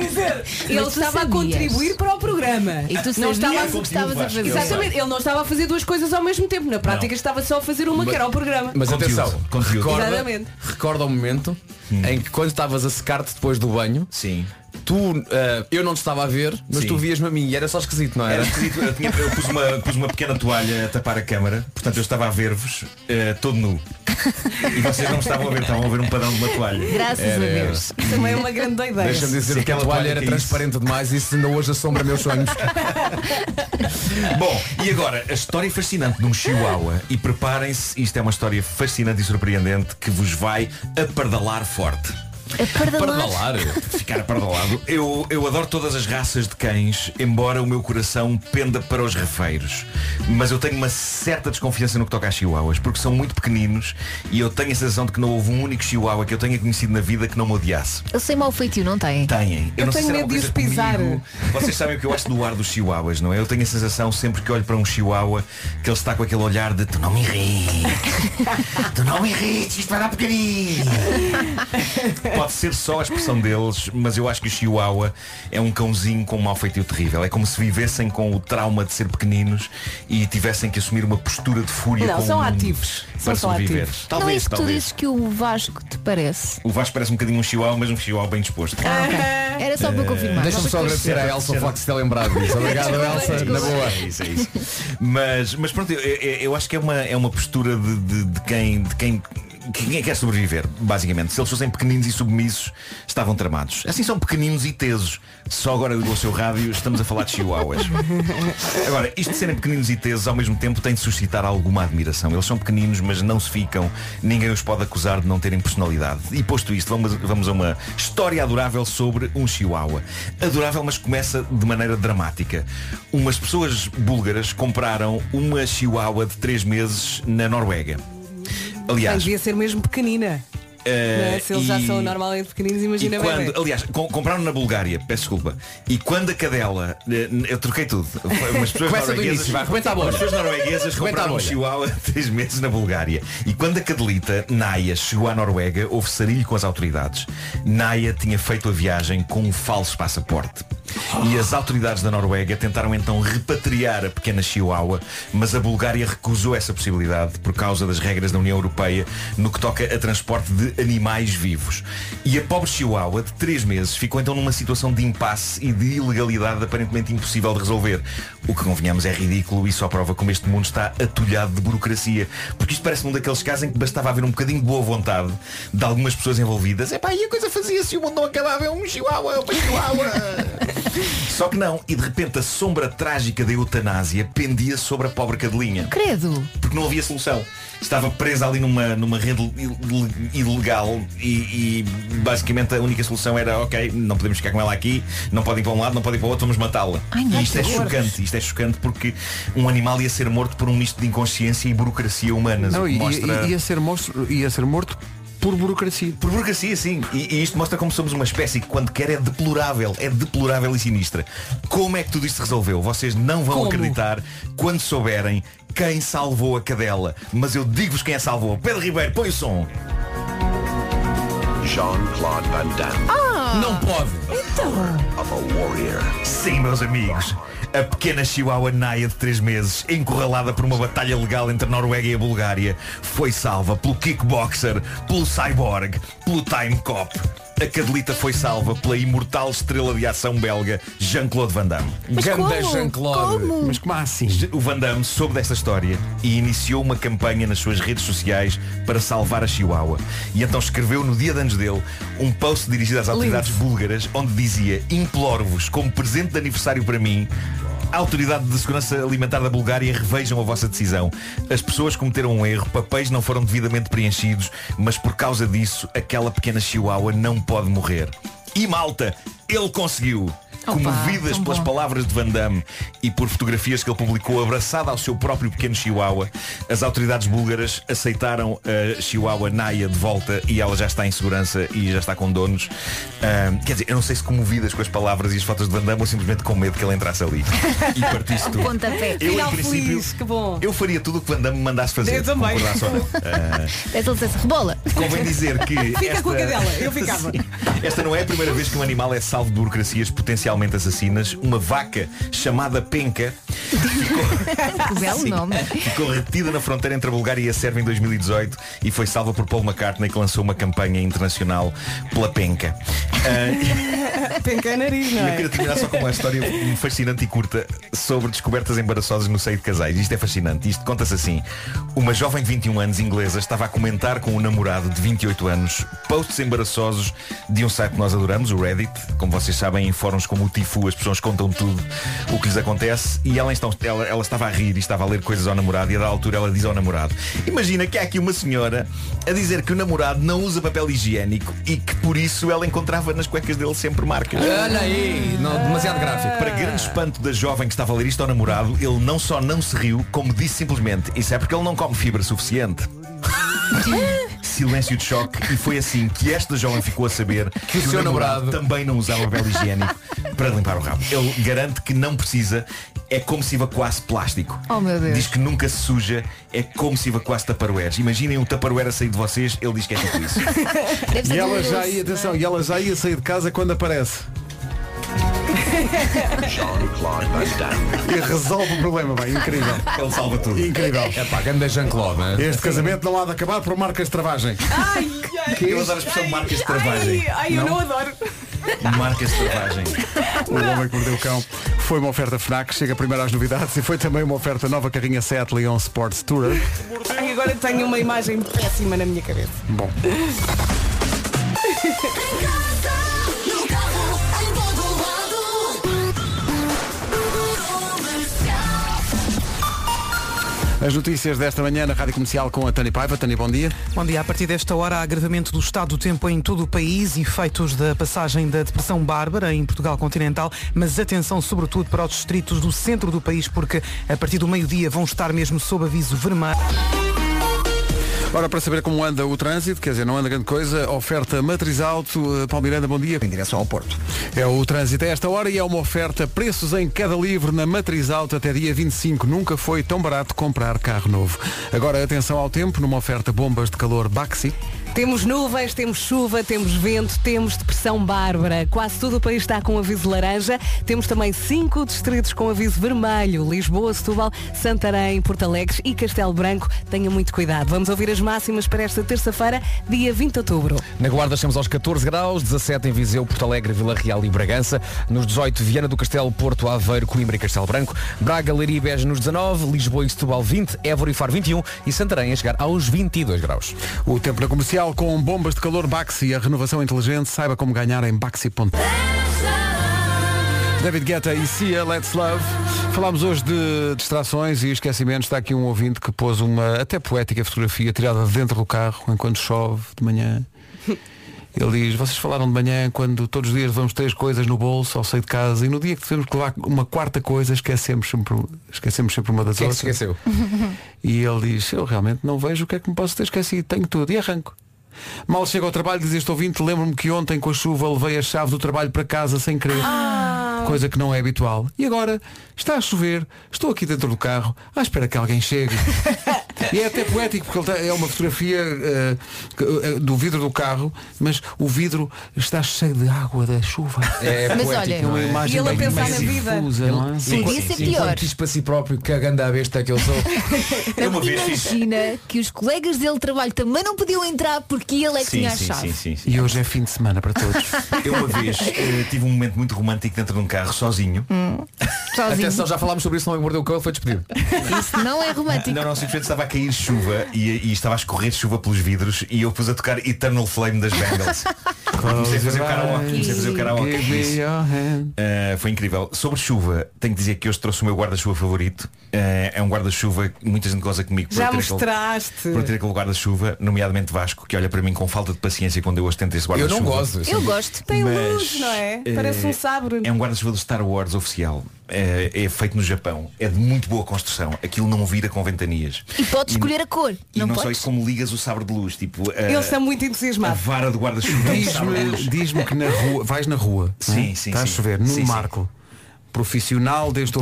D: Ele estava a contribuir para o programa.
E: E tu
D: não
E: sabias
D: estava
E: o que estavas a fazer.
D: Exatamente, ele não estava a fazer duas coisas ao mesmo tempo. Na prática
G: Não.
D: estava só a fazer uma,
G: Mas-
D: que era o programa.
G: Mas atenção, recorda,
D: Exatamente.
G: recorda o momento em que quando estavas a secar-te depois do banho,
O: Hum. sim.
G: tu, ah, eu não te estava a ver, mas
O: Sim.
G: tu vias-me a mim e era só esquisito, não era?
O: Era esquisito, eu, tinha- eu pus, uma, pus uma pequena toalha a tapar a câmara, portanto eu estava a ver-vos eh, todo nu. E vocês não me estavam a ver, estavam a ver um padrão de uma toalha. Era-
D: Isso também é uma grande doideira.
G: Deixa-me dizer
O: Se
G: que a
O: aquela
G: toalha
O: toalha
G: era
O: caísse.
G: transparente demais e isso ainda hoje assombra meus sonhos.
O: <laughs> Bom, e agora, a história fascinante de um chihuahua E preparem-se, isto é uma história fascinante e surpreendente Que vos vai apardalar forte
E: Aperdalar?
O: Ficar apardalado eu, eu adoro todas as raças de cães Embora o meu coração penda para os refeiros Mas eu tenho uma certa desconfiança no que toca a chihuahuas Porque são muito pequeninos E eu tenho a sensação de que não houve um único chihuahua Que eu tenha conhecido na vida que não me odiasse
E: Eu sei mau feitio, não têm?
O: Têm. um- Eu, não sei se era uma coisa
D: pisar.
O: vocês sabem o que eu acho do ar dos chihuahuas, não é? Eu tenho a sensação sempre que olho para um chihuahua que ele está com aquele olhar de tu não me irrites, tu não me irrites, isto vai dar porcaria. Pode ser só a expressão deles, mas eu acho que o chihuahua é um cãozinho com um mau feitio terrível. É como se vivessem com o trauma de ser pequeninos e tivessem que assumir uma postura de fúria
D: Não,
O: com
D: são
O: o mundo
D: ativos. São
O: para
D: só
O: sobreviver.
D: ativos.
E: não é
O: Talvez,
E: isso que tu
O: talvez.
E: dizes que o Vasco te parece.
O: O Vasco parece um bocadinho um chihuahua, mas um chihuahua bem disposto.
E: Ah, ok. Era
O: É.
E: só para confirmar.
G: Deixa-me só agradecer à Elsa o facto de se ter lembrado disso. Obrigado, Elsa. Na boa.
O: É isso, é isso. Mas, mas pronto, eu, eu- eu acho que é uma, é uma postura de, de- de quem. De quem quem é quer sobreviver, basicamente. Se eles fossem pequeninos e submissos, estavam tramados. Assim são pequeninos e tesos. Só agora ligou o seu rádio, estamos a falar de chihuahuas.
D: <laughs>
O: Agora, isto de serem pequeninos e tesos ao mesmo tempo tem de suscitar alguma admiração. Eles são pequeninos, mas não se ficam. Ninguém os pode acusar de não terem personalidade. E posto isto, vamos, vamos a uma história adorável sobre um chihuahua. Adorável, mas começa de maneira dramática. Umas pessoas búlgaras compraram uma chihuahua de 3 meses na Noruega.
D: Mas
O: Aliás,
D: devia ser mesmo pequenina.
O: eh,
D: Não é? Se eles já
O: e-
D: são normalmente pequeninos,
O: e
D: imagina bem.
O: quando, aliás, com- compraram na Bulgária, peço desculpa. E quando a cadela, eh, eu troquei tudo. Foi Umas pessoas
G: Começa do
O: norueguesas,
G: início, vá, rebenta a bolha.
O: umas pessoas norueguesas
G: Rebenta a
O: compraram um
G: bolha.
O: chihuahua três meses na Bulgária. E quando a cadelita, Naya, chegou à Noruega, houve sarilho com as autoridades. Naya tinha feito a viagem com um falso passaporte. E as autoridades da Noruega tentaram então repatriar a pequena Chihuahua, mas a Bulgária recusou essa possibilidade por causa das regras da União Europeia no que toca a transporte de animais vivos. E a pobre Chihuahua, de 3 meses, ficou então numa situação de impasse e de ilegalidade aparentemente impossível de resolver. O que convenhamos é ridículo e só prova como este mundo está atulhado de burocracia. Porque isto parece um daqueles casos em que bastava haver um bocadinho de boa vontade de algumas pessoas envolvidas. Epá, e a coisa fazia-se, o mundo não acabava, é um chihuahua, é uma chihuahua. Só que não, e de repente a sombra trágica da eutanásia pendia sobre a pobre cadelinha.
E: Credo.
O: Porque não havia solução. Estava presa ali numa, numa rede il- il- ilegal e, e basicamente a única solução era ok, não podemos ficar com ela aqui, não podem ir para um lado, não podem ir para o outro, vamos matá-la.
E: Ai,
O: E
E: não,
O: isto é
E: que horror.
O: chocante, isto é chocante porque um animal ia ser morto por um misto de inconsciência e burocracia humanas. o
B: Não,
O: que
B: ia,
O: mostra...
B: ia- ia ser morto, ia ser morto por burocracia.
O: Por burocracia, sim. E, e isto mostra como somos uma espécie que quando quer é deplorável, é deplorável e sinistra. Como é que tudo isto se resolveu? Vocês não vão
R: Como?
O: acreditar quando souberem quem salvou a cadela. Mas eu digo-vos quem a salvou. Pedro Ribeiro, põe o som. Jean-Claude Van Damme. Não pode. Sim, meus amigos. A pequena Chihuahua Naya de 3 meses, encurralada por uma batalha legal entre a Noruega e a Bulgária, foi salva pelo kickboxer, pelo cyborg, pelo time cop. A cadelita foi salva pela imortal estrela de ação belga Jean-Claude Van Damme.
G: Mas Ganda como? Jean-Claude. Como?
O: Mas como assim? O Van Damme soube desta história e iniciou uma campanha nas suas redes sociais para salvar a Chihuahua. E então escreveu no dia de anos dele um post dirigido às autoridades búlgaras onde dizia imploro-vos como presente de aniversário para mim a Autoridade de Segurança Alimentar da Bulgária revejam a vossa decisão. As pessoas cometeram um erro, papéis não foram devidamente preenchidos, mas por causa disso, aquela pequena chihuahua não pode morrer. E malta, ele conseguiu! comovidas pelas palavras de Van Damme e por fotografias que ele publicou abraçada ao seu próprio pequeno Chihuahua, as autoridades búlgaras aceitaram a Chihuahua Naya de volta e ela já está em segurança e já está com donos. Ahm, quer dizer, eu não sei se comovidas com as palavras e as fotos de Van Damme ou simplesmente com medo que ele entrasse ali e partisse tudo.
E: Um Pontapé.
O: Eu, em
E: Final
O: princípio,
E: feliz, que bom.
O: eu faria tudo o que Van Damme me mandasse fazer.
E: Eu também.
O: concordasse ou não.
E: <laughs>
O: Ah,
E: Dessa licença, rebola.
O: Convém dizer que
E: Fica
O: esta...
E: com a cadela,
O: <laughs>
E: eu ficava.
O: Sim. Esta não é a primeira vez que um animal é salvo de burocracias potencialmente assassinas. Uma vaca chamada penca
E: Que belo nome.
O: <laughs> ficou retida na fronteira entre a Bulgária e a Sérvia em 2018 e foi salva por Paul McCartney que lançou uma campanha internacional pela penca. Ah,
P: Penca é nariz, não
O: e eu
P: é?
O: queria terminar só com
P: <laughs>
O: uma história fascinante e curta sobre descobertas embaraçosas no seio de casais. Isto é fascinante. Isto conta-se assim. Uma jovem de 21 anos, inglesa, estava a comentar com um namorado de 28 anos posts embaraçosos de um site que nós adoramos, o Reddit. Como vocês sabem, em fóruns como o Tifu, as pessoas contam tudo o que lhes acontece. E ela, então, ela, ela estava a rir e estava a ler coisas ao namorado e a da altura ela diz ao namorado Imagina que há aqui uma senhora a dizer que o namorado não usa papel higiênico e que por isso ela encontrava nas cuecas dele sempre marcas.
G: Olha aí, não, demasiado gráfico.
O: Para grande espanto da jovem que estava a ler isto ao namorado, ele não só não se riu, como disse simplesmente, isso é porque ele não come fibra
G: <laughs>
O: suficiente. Silêncio de choque e foi assim que esta jovem ficou a saber que,
G: seu
O: também não usava papel higiênico para limpar o rabo. Ele garante que não precisa, é como se evacuasse plástico.
E: Oh meu Deus.
O: Diz que nunca se suja, é como se evacuasse taparoeiras. Imaginem um taparoeira a sair de vocês, ele diz que é tipo isso.
E: Deve ser é?
B: E ela já
E: doloroso,
B: ia, atenção, e ela já ia sair de casa quando aparece. E resolve o problema, bem, incrível.
O: Ele salva tudo.
B: Incrível.
G: É pá, grande Jean-Claude,
O: é?
G: né?
B: Este casamento não há de acabar por marcas de travagem.
A: Ai, ai,
B: Que
O: Eu adoro a expressão marcas de travagem.
A: ai, ai, eu não adoro.
O: Marcas de travagem.
B: O Homem que Mordeu o Cão foi uma oferta FNAC, chega primeiro às novidades e foi também uma oferta nova carrinha 7 Leon Sports Tourer.
P: Ai, agora tenho uma imagem péssima na minha cabeça.
B: Bom. As notícias desta manhã na Rádio Comercial com a Tânia Paiva. Tânia, bom dia.
P: Bom dia. A partir desta hora, há agravamento do estado do tempo em todo o país, efeitos da passagem da depressão bárbara em Portugal continental, mas atenção sobretudo para os distritos do centro do país, porque a partir do meio-dia vão estar mesmo sob aviso vermelho.
B: Ora, para saber como anda o trânsito, quer dizer, não anda grande coisa, oferta Matriz Alto, eh, Palmeiranda, bom dia. Em
C: direção ao Porto.
B: É o trânsito a esta hora e é uma oferta preços em queda livre na Matriz Alto até dia 25. Nunca foi tão barato comprar carro novo. Agora, atenção ao tempo, numa oferta bombas de calor Baxi.
D: Temos nuvens, temos chuva, temos vento, temos depressão bárbara. Quase todo o país está com aviso laranja. Temos também cinco distritos com aviso vermelho. Lisboa, Setúbal, Santarém, Porto Alegre e Castelo Branco. Tenha muito cuidado. Vamos ouvir as máximas para esta terça-feira, dia 20 de outubro.
G: Na Guarda estamos aos 14 graus, 17 em Viseu, Porto Alegre, Vila Real e Bragança. Nos 18, Viana do Castelo, Porto Aveiro, Coimbra e Castelo Branco. Braga, Leiria e Beja nos 19, Lisboa e Setúbal 20, Évora e Faro 21 e Santarém a chegar aos 22 graus.
B: O tempo na comercial com bombas de calor Baxi, a renovação inteligente, saiba como ganhar em baxi.com. David Guetta e Cia, Let's Love. Falámos hoje de distrações e esquecimentos. Está aqui um ouvinte que pôs uma até poética fotografia tirada de dentro do carro enquanto chove de
G: <laughs>
B: manhã. Ele diz, vocês falaram de manhã quando todos os dias levamos três coisas no bolso ao sair de casa e no dia que tivemos que levar uma quarta coisa esquecemos sempre, esquecemos sempre uma das
G: Quem é que
B: outras.
G: se esqueceu?
B: E ele diz, eu realmente não vejo o que é que me posso ter esquecido, tenho tudo e arranco. Mal chego ao trabalho, diz este ouvinte, lembro-me que ontem com a chuva levei a chave do trabalho para casa sem querer.
O: Ah.
D: Ah.
B: Coisa que não é habitual. E agora, está a chover, estou aqui dentro do carro, à espera que alguém chegue. e é até poético, porque ele tá- é uma fotografia eh, que, eh, do vidro do carro, mas o vidro está cheio de água da chuva.
G: É Mas poético, olha, não é? e ele a pensar na vida.
B: Difusa, não é?
E: Sim, Podia sim, ser sim. pior.
G: Diz para si próprio que a ganda besta que eu sou.
E: Não, Então, imagina que os colegas dele de trabalho também não podiam entrar porque ele é que tinha a chave.
B: E hoje é fim de semana para todos.
O: <laughs> Eu uma vez eh, tive um momento muito romântico dentro de um carro sozinho.
E: Hum,
G: Atenção, já falámos sobre isso, não me mordeu o cão, foi despedido.
E: Isso não é romântico.
O: Não, não, simplesmente estava a
B: <laughs>
O: cair chuva e, e estava a escorrer chuva pelos vidros e eu pus a tocar Eternal Flame das Bengals. Comecei a fazer o karaoke. Comecei a fazer o karaoke.
B: Give me
O: Isso.
B: your hand.
O: Uh, foi incrível. Sobre chuva, tenho que dizer que hoje trouxe o meu guarda-chuva favorito. Uh, é um guarda-chuva que muita gente goza comigo
P: Já
O: ter aquele-
P: mostraste.
O: por ter aquele guarda-chuva, nomeadamente Vasco, que olha para mim com falta de paciência quando eu ostento esse
P: Eu
O: guarda-chuva.
P: não gozo, assim. Eu gosto. Tem luz, não é?
O: eh,
P: Parece um sabre.
O: É um guarda-chuva do Star Wars oficial. Eh, É, feito no Japão. É de muito boa construção. Aquilo não vira com ventanias.
E: E podes
O: E-
E: escolher a cor.
O: E não,
E: não
O: só
E: podes?
O: isso, como ligas o sabre de luz. Tipo, eh,
D: Eles são muito
O: a
D: entusiasmados.
O: vara do guarda-chuva. é um sabre de
B: Diz-me
O: luz.
B: diz-me que na rua, vais na rua,
O: Sim,
B: né?
O: sim,
B: está a
O: sim.
B: chover, no
O: Sim, sim.
B: Marco, profissional
O: <laughs>
B: desde o...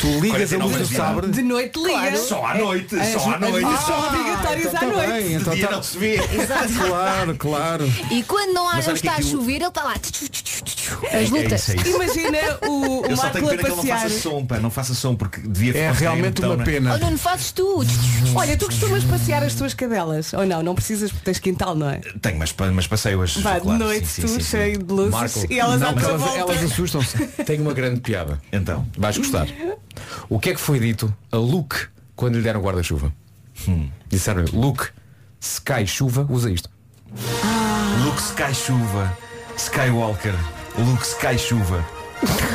B: tu ligas a
O: 49
B: luz do
O: anos de
B: sabre.
D: De noite liga. É,
O: Claro. Só à noite,
D: As-
O: só à noite.
D: As, as então são obrigatórias
B: então
D: à
B: tá
D: noite.
B: bem, então
O: De dia
B: tá-
O: não se vê.
E: Exato.
B: Claro, claro.
E: E quando não, há,
B: Mas
E: não
B: olha que
E: está a
B: aquilo-
E: chover, ele está lá.
O: É- é
E: As
O: isso,
E: lutas.
O: é isso.
D: Imagina o, o
O: Eu só
D: Marco
O: tenho
D: a
O: pena que ele não
D: passear.
O: faça som, pá, não faça som porque devia
B: É
O: ficar
B: realmente
O: então,
B: uma
O: né?
B: pena.
D: Oh, Nuno, fazes tu. Olha, tu costumas passear as tuas cadelas. Ou não, não precisas porque tens quintal, não é?
O: Tenho, mas, pa- mas passei hoje.
D: Vá de
O: claro,
D: noite
O: sim,
D: tu,
O: sim, sim,
D: cheio
O: sim.
D: de luzes e elas à tua volta.
H: assustam-se. Tenho uma grande piada.
O: Então.
H: Vais gostar. O que é que foi dito a Luke quando lhe deram o guarda-chuva? Disseram-lhe, Luke, se cai chuva, usa isto.
O: Luke Ah. Sky Chuva. Skywalker. Luke Sky Chuva.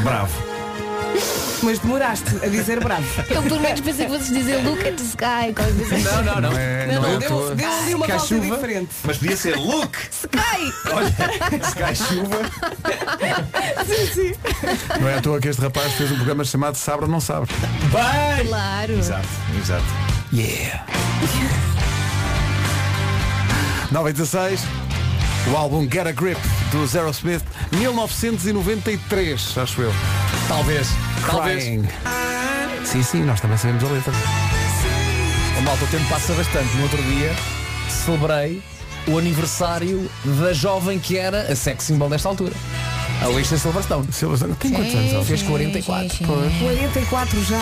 O: Bravo.
D: Mas demoraste a dizer bravo.
E: Eu pelo menos pensei que vocês dizer look at the sky. qualquer coisa assim.
D: Não, não, deu, deu ali uma volta
O: Sky-chuva.
D: diferente.
O: Mas podia ser
D: <laughs>
O: Luke
E: Sky!
O: Sky é Chuva.
D: Sim, sim.
B: Não é à toa que este rapaz fez um programa chamado Sabre ou Não Sabre.
O: Bem!
E: Claro.
O: Exato, exato.
B: Yeah. 9 e 16 O álbum Get a Grip do Zero Smith 1993, acho eu
H: Talvez, talvez.
B: Crying. Sim, sim, nós também sabemos a letra
H: Oh, malta, o tempo passa bastante. No outro dia celebrei o aniversário da jovem que era a sex symbol desta altura. A Alicia Silverstone.
B: Silverstone tem
H: quantos anos? Ela fez 44. Pois.
D: 44 já.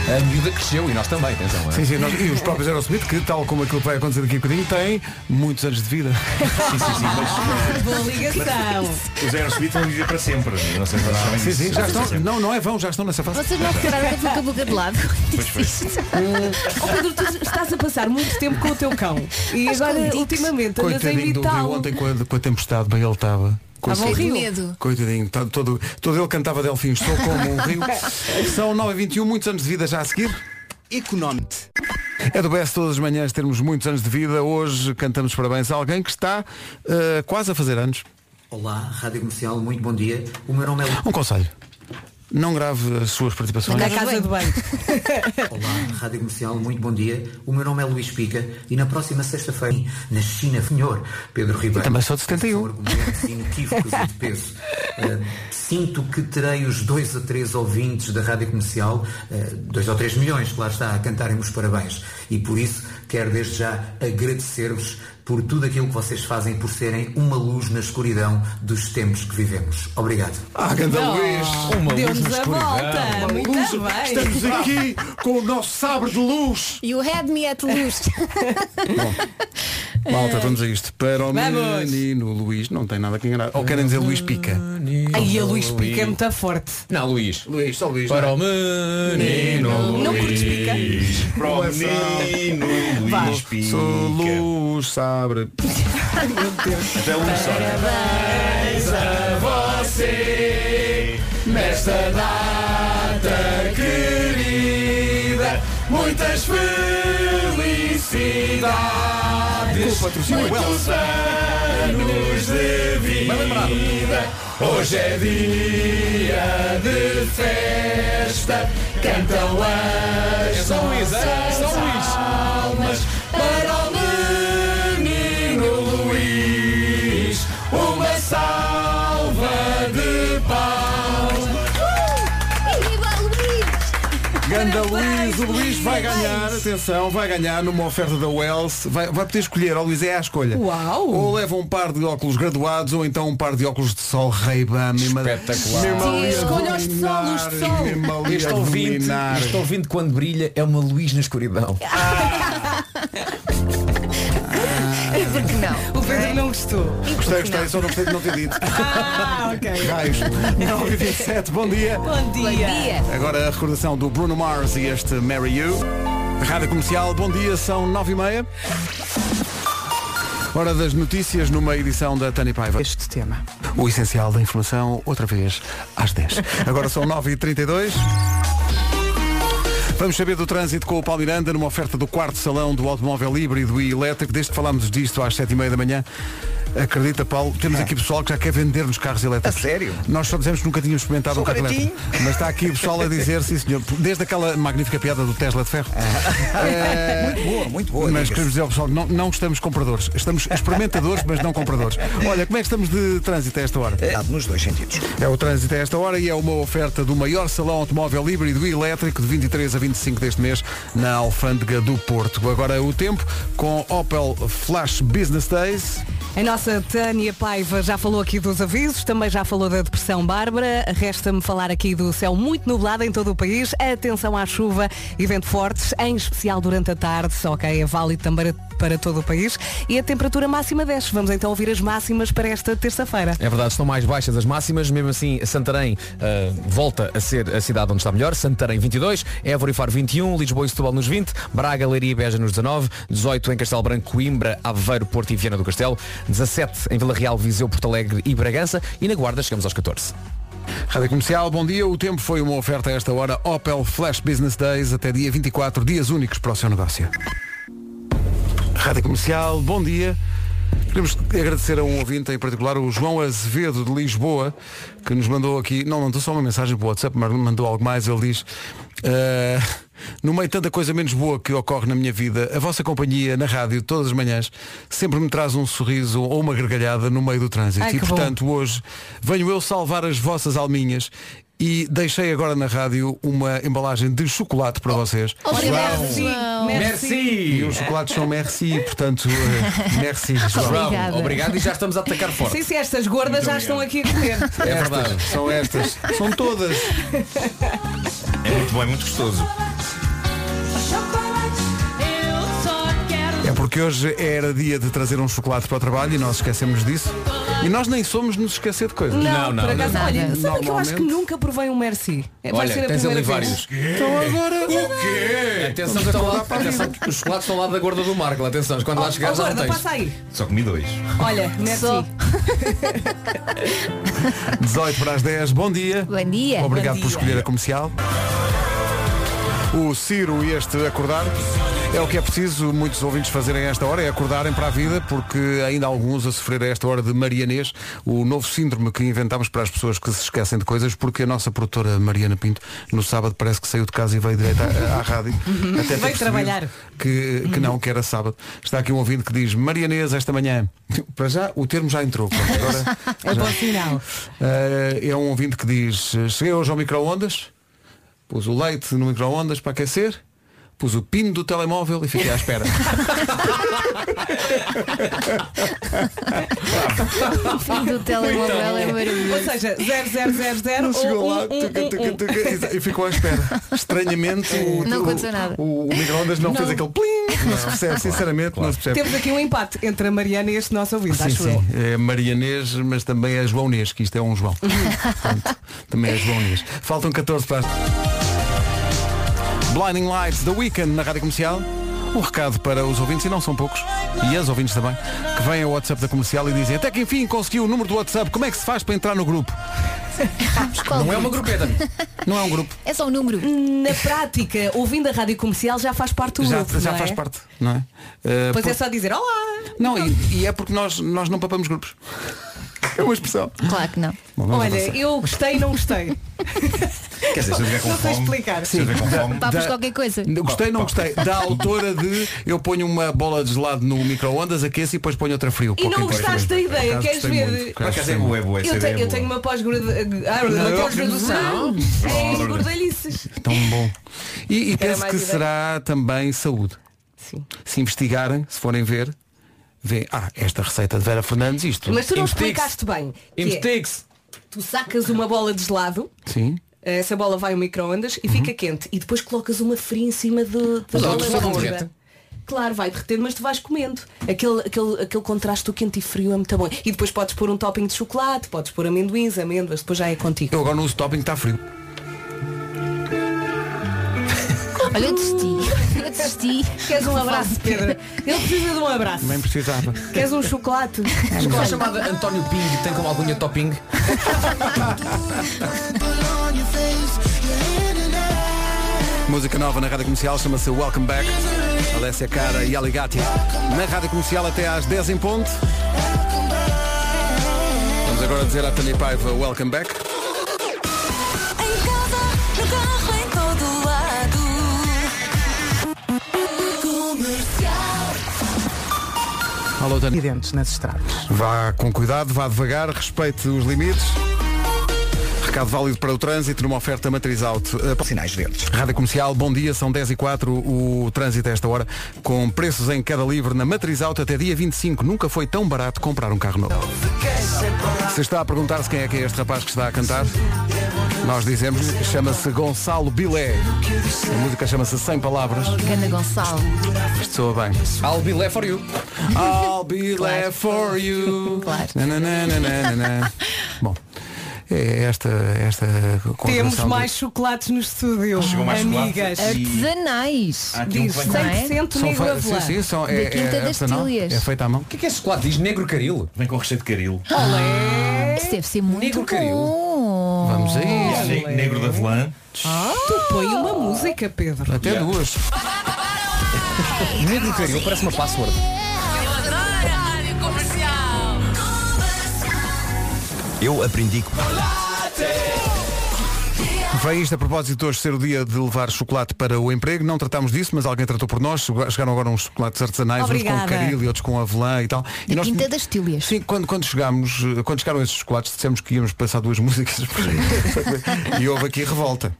H: A miúda cresceu e nós também, atenção. é?
B: Sim, sim, nós- e os próprios Aerosmith, que tal como aquilo que vai acontecer daqui a bocadinho, têm muitos anos de vida.
O: Sim, sim, sim. Mas,
D: Boa ligação.
O: os Aerosmith vão viver para sempre. Não sei se vocês sabem
B: Sim, sim,
O: disso.
B: já
O: Vão viver
B: estão.
O: para sempre.
B: Não, não é vão, já estão nessa fase.
E: Vocês não repararam que eu com a boca de lado.
O: Pois
D: <laughs>
O: foi.
D: Oh, Pedro, tu estás a passar muito tempo com o teu cão. E agora,
E: é
D: ultimamente, andas a
B: Coitadinho do Rio
D: imitá-lo.
B: ontem com a, com a tempestade, bem ele estava.
E: Ah,
D: Estava um
B: Coitadinho.
D: rio. Medo.
B: Coitadinho, tá- todo, todo ele cantava delfins, sou como um
E: <laughs>
B: rio. São 9h21, muitos anos de vida já a seguir. Económico. É do best todas as manhãs termos muitos anos de vida. Hoje cantamos parabéns a alguém que está eh, quase a fazer anos.
R: Olá, Rádio Comercial, muito bom dia. O meu nome é
B: Um conselho. Não grave as suas participações.
R: Na casa de Olá, Rádio Comercial, muito bom dia. O meu nome é Luís Pica e na próxima sexta-feira, na China, senhor Pedro Ribeiro.
B: também sou de 71.
R: argumentos inequívocos e de <laughs> peso. Eh, sinto que terei os dois a três ouvintes da Rádio Comercial, eh, dois ou três milhões, que lá está, a cantarem-me os parabéns. E por isso quero desde já agradecer-vos por tudo aquilo que vocês fazem e por serem uma luz na escuridão dos tempos que vivemos. Obrigado.
B: Ah, ganda Luís!
R: Uma luz
D: Deu-nos
R: na
D: a
R: escuridão.
D: volta.
R: Uma
D: Muito
R: luz.
D: bem.
B: Estamos aqui com o nosso sabre de luz.
E: You had me
B: <laughs>
E: at luz.
B: Malta, vamos a isto. Para o
D: Vamos.
B: menino Luís, não tem nada que enganar. Ou querem dizer Luís Pica?
D: Aí a Luís Pica é muito forte.
H: Não, Luís.
B: Luís, só Luís.
H: Para
B: não é?
H: o menino
D: Não
H: Luís.
D: curtes pica?
O: Para o menino Luís Pica.
B: Sou luz, sabre.
O: Até um só.
H: Parabéns a você nesta data querida. Muitas felicidades.
B: Com o patrocínio
H: Muitos anos de vida. Hoje é dia de festa. Cantam as
R: É São Luís, é? São Luís.
H: nossas almas para o menino Luís. Um Uma salva de palmas.
B: Ganda Luís, o Luís vai ganhar, atenção, vai ganhar numa oferta da Wells, vai, vai poder escolher, ó Luís, é à escolha.
D: Uau!
B: Ou leva um par de óculos graduados ou então um par de óculos de sol Ray-Ban.
H: Espetacular.
D: Escolha os de sol, os de sol.
H: Este ouvinte, este ouvinte quando brilha é uma luz na escuridão.
B: <laughs> É
E: Porque não.
D: O Pedro não gostou.
B: Gostei, gostei, só não gostei de não ter dito.
D: Ah, ok.
B: Raios. 9 e 27, bom dia.
D: Bom dia. Bom dia.
B: Agora a recordação do Bruno Mars e este Mary You. Rádio Comercial, bom dia, são 9 e meia. Hora das notícias numa edição da Tânia Paiva.
P: Este tema.
B: O essencial da informação, outra vez, às 10. Agora são 9h32. Vamos saber do trânsito com o Paulo Miranda numa oferta do quarto salão do automóvel híbrido e elétrico. Desde que falámos disto às 7h30 da manhã, acredita, Paulo,
C: É.
B: temos aqui pessoal que já quer vender-nos carros elétricos. A sério? Nós só dizemos que nunca tínhamos experimentado
C: Sou
B: um carro
C: baratinho.
B: elétrico. Mas está aqui o pessoal a dizer, sim senhor, desde aquela magnífica piada do Tesla de ferro. <laughs> Eh,
C: É. Ah, Muito boa, muito boa.
B: mas
C: diga-se.
B: queremos dizer ao pessoal, não, não estamos compradores. Estamos experimentadores, mas não compradores. Olha, como é que estamos de trânsito a esta hora?
C: Eh, Nos dois sentidos.
B: É o trânsito a esta hora e é uma oferta do maior salão automóvel híbrido e elétrico de 23 a 25 deste mês na Alfândega do Porto. Agora o tempo com Opel Flash Business Days.
D: A nossa Tânia Paiva já falou aqui dos avisos, também já falou da depressão Bárbara. Resta-me falar aqui do céu muito nublado em todo o país. Atenção à chuva e vento fortes, em especial durante a tarde. Só que é válido também para todo o país. E a temperatura máxima desce. Vamos então ouvir as máximas para esta terça-feira.
H: É verdade, estão mais baixas as máximas, mesmo assim Santarém ah, volta a ser a cidade onde está melhor, Santarém 22, Évora e Faro 21, Lisboa e Setúbal nos 20, Braga, Leiria e Beja nos 19, 18 em Castelo Branco, Coimbra, Aveiro, Porto e Viana do Castelo, 17 em Vila Real, Viseu, Porto Alegre e Bragança e na Guarda chegamos aos 14.
B: Rádio Comercial, bom dia. O tempo foi uma oferta a esta hora Opel Flash Business Days até dia 24, dias únicos para o seu negócio. Rádio Comercial, bom dia. Queremos agradecer a um ouvinte, em particular o João Azevedo de Lisboa, que nos mandou aqui, não mandou só uma mensagem para o WhatsApp, mas mandou algo mais, ele diz, "Ah, no meio de tanta coisa menos boa que ocorre na minha vida, a vossa companhia na rádio todas as manhãs sempre me traz um sorriso ou uma gargalhada no meio do trânsito.
D: Ai,
B: e
D: que bom.
B: portanto hoje venho eu salvar as vossas alminhas e deixei agora na rádio uma embalagem de chocolate
D: Oh,
B: para vocês.
E: Obrigada,
B: João.
E: João.
B: E os chocolates são merci, portanto, eh,
D: <laughs>
B: merci, João.
D: Obrigada. Obrigado,
H: e já estamos a atacar
D: Sim, sim, estas gordas já estão aqui a comer.
B: É verdade. São estas. São todas.
O: É muito bom, é muito gostoso.
B: Então É porque hoje era dia de trazer um chocolate para o trabalho e nós esquecemos disso. E nós nem somos nos esquecer de coisas.
D: Não, por acaso, olha, sabe que eu acho
B: Normalmente-
D: que nunca provei um Merci. É, vai
H: Olha,
D: ser a
H: tens
D: primeira
H: ali
D: vez.
H: vários.
D: Então agora.
H: Atenção que, estão lá, atenção que os chocolates estão lá da gorda do Marco, atenção, quando lá chegares
D: oh,
H: já
D: gorda,
H: não tens.
D: passa aí.
O: Só comi dois.
D: Olha, Merci.
B: 18 para as 10, bom dia.
E: Bom dia.
B: Obrigado
E: Bom
B: por
E: dia.
B: escolher a comercial. O Ciro e este acordar é o que é preciso muitos ouvintes fazerem a esta hora, é acordarem para a vida, porque ainda há alguns a sofrer a esta hora de marianês, o novo síndrome que inventámos para as pessoas que se esquecem de coisas, porque a nossa produtora Mariana Pinto, no sábado, parece que saiu de casa e veio direto à, à rádio. ter
D: Uhum. Veio
B: percebido
D: trabalhar.
B: Que, que não, que era sábado. Está aqui um ouvinte que diz marianês esta manhã. <laughs> Para já, o termo já entrou. Pronto, Agora,
D: É bom
B: assim.
D: sinal.
B: eh, é um ouvinte que diz eh, Cheguei hoje ao micro-ondas Pus o leite no micro-ondas para aquecer Pus o pino do telemóvel e fiquei à
D: <laughs>
B: espera
E: O fim do telemóvel é maravilhoso.
D: Então. Ou seja, 0000
B: Não chegou
D: ou
B: lá,
D: um,
B: tuca,
D: um, um,
B: tuca,
D: um.
B: tuca, E ficou à espera Estranhamente o,
D: Não
B: o-
D: aconteceu nada.
B: O, o micro-ondas não, fez aquele plim Não se percebe, sinceramente não se percebe
D: Temos aqui um empate entre a Mariana e este nosso ouvinte,
B: Sim,
D: acho eu.
B: sim. É Marianês, mas também é Joãonês, que isto é um João. Portanto, também é Joãonês. Faltam 14 para. as- Blinding Lights, The Weekend na Rádio Comercial. Um recado para os ouvintes, e não são poucos, e as ouvintes também, que vêm ao WhatsApp da comercial e dizem até que enfim conseguiu o número do WhatsApp, como é que se faz para entrar no
D: <laughs>
B: grupo?
E: Não
B: é uma grupeta. Não é um grupo.
E: É só um número.
D: Na prática, ouvindo a rádio comercial já faz parte do
B: Já,
D: grupo.
B: já
D: não é?
B: faz parte, não é? Uh,
D: Pois é
B: por-
D: só dizer olá.
B: Não, e, e é porque nós, nós não papamos
D: <laughs>
B: grupos. É uma expressão.
E: Claro que não.
B: Bom, vamos
D: Olha,
B: avançar.
D: eu gostei e
B: <laughs>
D: não gostei.
O: Quer dizer, se eu tiver com
D: Não sei
O: fome.
D: explicar. Tá,
O: Se eu tiver com fome.
E: Papas
B: Da-
E: qualquer coisa.
B: Gostei, não gostei. Da autora de eu ponho uma bola de gelado no micro-ondas, aqueço e depois ponho outra frio.
D: E não gostaste da ideia, queres ver?
B: é
D: eu, tenho, eu tenho uma pós-graduação. Ah, uma
B: Não.
D: pós-graduação. É
B: Ora.
D: gordalhices.
B: É Tão bom. E, e
D: Era
B: penso
D: mais
B: que
D: ideia.
B: será também saúde. Se investigarem, se forem ver, vê. Ah, esta receita de Vera Fernandes, isto.
D: Mas tu não
B: Investigue-se.
D: explicaste bem. que é, tu sacas uma bola de gelado.
B: Sim.
D: Eh, Essa bola vai ao micro-ondas e fica quente. E depois colocas uma fria em cima do, da
B: Uhum. Mas a
D: bola
B: outra só não
D: redonda.
B: um derrete?
D: Claro, vai derretendo, mas tu vais comendo. Aquele, aquele, aquele contraste do quente e frio é muito bom. E depois podes pôr um topping de chocolate, podes pôr amendoins, amêndoas, depois já é contigo.
B: Eu agora não uso topping, está frio.
E: Olha, eu desisti. Eu desisti.
D: Queres um abraço, Pedro? Ele precisa de um abraço.
B: Nem precisava.
D: Queres um chocolate?
G: Escola chamada António Ping tem como alguma topping?
B: Música nova na Rádio Comercial chama-se Welcome Back. Alessia Cara e Aligati. Na Rádio Comercial até às 10 em ponto. Vamos agora dizer à Tânia Paiva Welcome Back.
S: No carro em todo lado. Comercial.
B: Alô, Tânia.
P: Acidentes nas estradas.
B: Vá com cuidado, vá devagar, respeite os limites. Recado válido para o trânsito numa oferta matriz alto. eh,
C: Sinais verdes.
B: Rádio Comercial, bom dia, são 10 e 04 o trânsito a esta hora, com preços em queda livre na matriz alto até dia 25. Nunca foi tão barato comprar um carro novo. Se está a perguntar-se quem é que é este rapaz que está a cantar, nós dizemos, chama-se Gonçalo Bilé. A música chama-se Sem Palavras.
E: Gana Gonçalo.
B: Isto soa bem.
G: I'll be left for you.
B: I'll be left for you. Na, na, na, na, na,
D: <laughs>
B: na. Bom, é esta, esta
D: Temos
B: conjugação
D: mais chocolates no estúdio.
B: Chegou mais
D: amigas.
B: chocolates e-
E: Artesanais.
B: Há aqui um
D: Diz
B: que vem com-
D: 100%
B: São
D: negro
B: fe-
D: avelã.
B: sim, sim, são- é-
E: Da Quinta
B: é
E: das
B: artesanal,
E: Tílias.
B: É feita à mão. O
G: que é que é esse chocolate? Diz negro caril.
O: Vem com recheio de caril.
E: Isso deve ser muito
G: Negro caril.
E: bom.
B: Vamos a isso.
O: Ne- Negro da Velã.
D: Tu põe
E: Ah!
D: uma música, Pedro.
B: Até duas.
G: Negro caril, parece uma password.
S: Eu adoro a rádio comercial.
B: Eu aprendi que. Vem isto a propósito de hoje ser o dia de levar chocolate para o emprego. Não tratámos disso, mas alguém tratou por nós. Chegaram agora uns chocolates artesanais, uns
E: Obrigada.
B: com caril e outros com avelã e tal. E nós...
E: Quinta das Tílias.
B: Sim, quando, quando chegámos, eh, quando chegaram esses chocolates, dissemos que íamos passar duas <laughs> músicas e houve aqui revolta.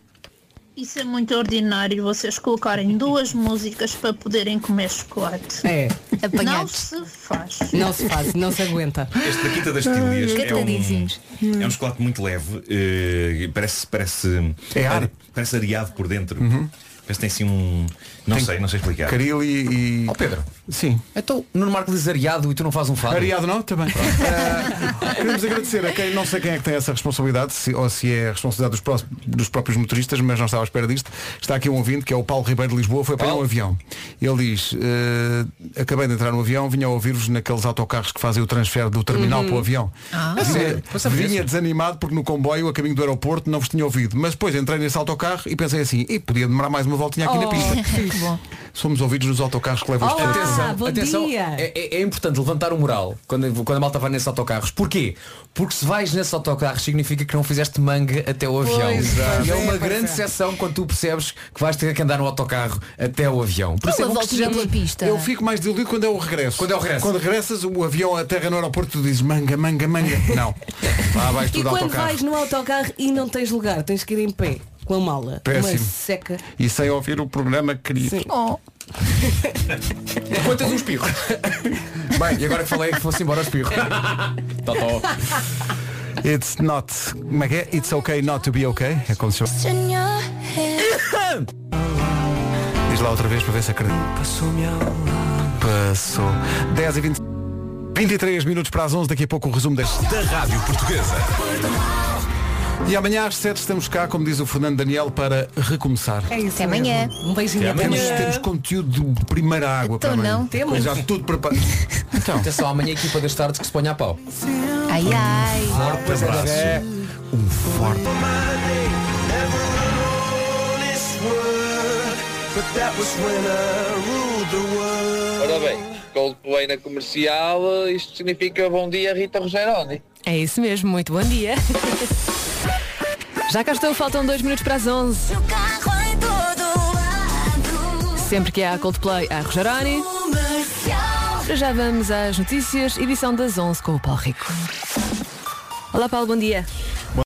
T: Isso é muito ordinário, vocês colocarem duas músicas para poderem comer chocolate.
D: É.
T: Não
D: Apanhados.
T: se faz.
D: Não se faz, não se aguenta.
O: Este da Quinta das Tílias é um,
D: Catadinhos.
O: é um chocolate muito leve. eh, parece, parece,
B: É ar. Uhum.
O: parece areado por dentro. Parece que tem assim um. Não sei, não sei explicar.
B: Caril e.
G: Ó Oh, Pedro.
B: Sim.
G: Então, Nuno Marco diz areado e tu não fazes um fado.
B: Ariado não? Também. <laughs> Eh, queremos agradecer a quem, não sei quem é que tem essa responsabilidade, se- ou se é a responsabilidade dos, pró- dos próprios motoristas, mas não estava à espera disto. Está aqui um ouvinte, que é o Paulo Ribeiro de Lisboa, foi apanhar um avião. Ele diz, eh, acabei de entrar no avião, vinha a ouvir-vos naqueles autocarros que fazem o transfer do terminal
H: Uhum.
B: para o avião.
H: Ah.
B: Vinha-
H: A sério? Pois
G: é,
H: sabia
B: vinha
H: isso.
B: desanimado porque no comboio, a caminho do aeroporto, não vos tinha ouvido. Mas depois entrei nesse autocarro e pensei assim, e podia demorar mais uma voltinha aqui na
G: Oh. <laughs>
B: pista.
E: Oh, <laughs> Que bom.
B: Somos ouvidos nos autocarros que levam as pessoas.
G: atenção,
B: para-
G: atenção, É, é- é importante levantar o moral quando, quando a malta vai nesses autocarros. Porquê? Porque se vais nesses autocarros significa que não fizeste manga até o avião.
H: Pois, pois
G: e é
H: é,
G: uma
H: pois
G: grande
H: é.
G: sessão quando tu percebes que vais ter que andar no autocarro até o avião. Por isso é bom que sejamos-
B: Eu fico mais desiludido quando é o regresso. Quando é o regresso. Quando regressas, o avião aterra no aeroporto, tu dizes manga, manga, <laughs> manga. Não. Lá abaixo
D: E
B: tudo
D: quando
B: autocarro.
D: vais no autocarro e não tens lugar, tens que ir em pé, com a mala, uma
B: Péssimo.
D: seca.
B: E sem ouvir o programa que queria.
E: Oh.
G: Quantas
B: <laughs>
G: um espirro? Bem, e agora que falei que fosse embora o espirro. Totó.
B: It's not. Como é que é? It's okay not to be okay. É como se chama. Diz lá outra vez para ver se acredito. Passou-me Passou. 10 e 20. 23 minutos para as 11, daqui a pouco o resumo das... da Rádio Portuguesa. E amanhã às 7 estamos cá, como diz o Fernando Daniel, para recomeçar.
D: É isso
E: Até amanhã.
D: Um beijinho
B: Temos, temos conteúdo de primeira água
E: Então
B: para amanhã.
E: não. Temos.
B: Pois Já tudo preparado. <laughs> Então.
G: Atenção, amanhã a equipa das tardes que se ponha a pau.
E: Ai ai.
G: Pois é, é.
B: Um forte.
U: Ora bem, Coldplay na comercial, isto significa bom dia Rita Rogeroni.
E: É isso mesmo, muito bom
D: <laughs>
E: dia. Já cá estou, faltam dois minutos para as 11. Sempre que há Coldplay, há Rogeroni. Para Já vamos às notícias, edição das 11 com o Paulo Rico. Olá Paulo, bom dia.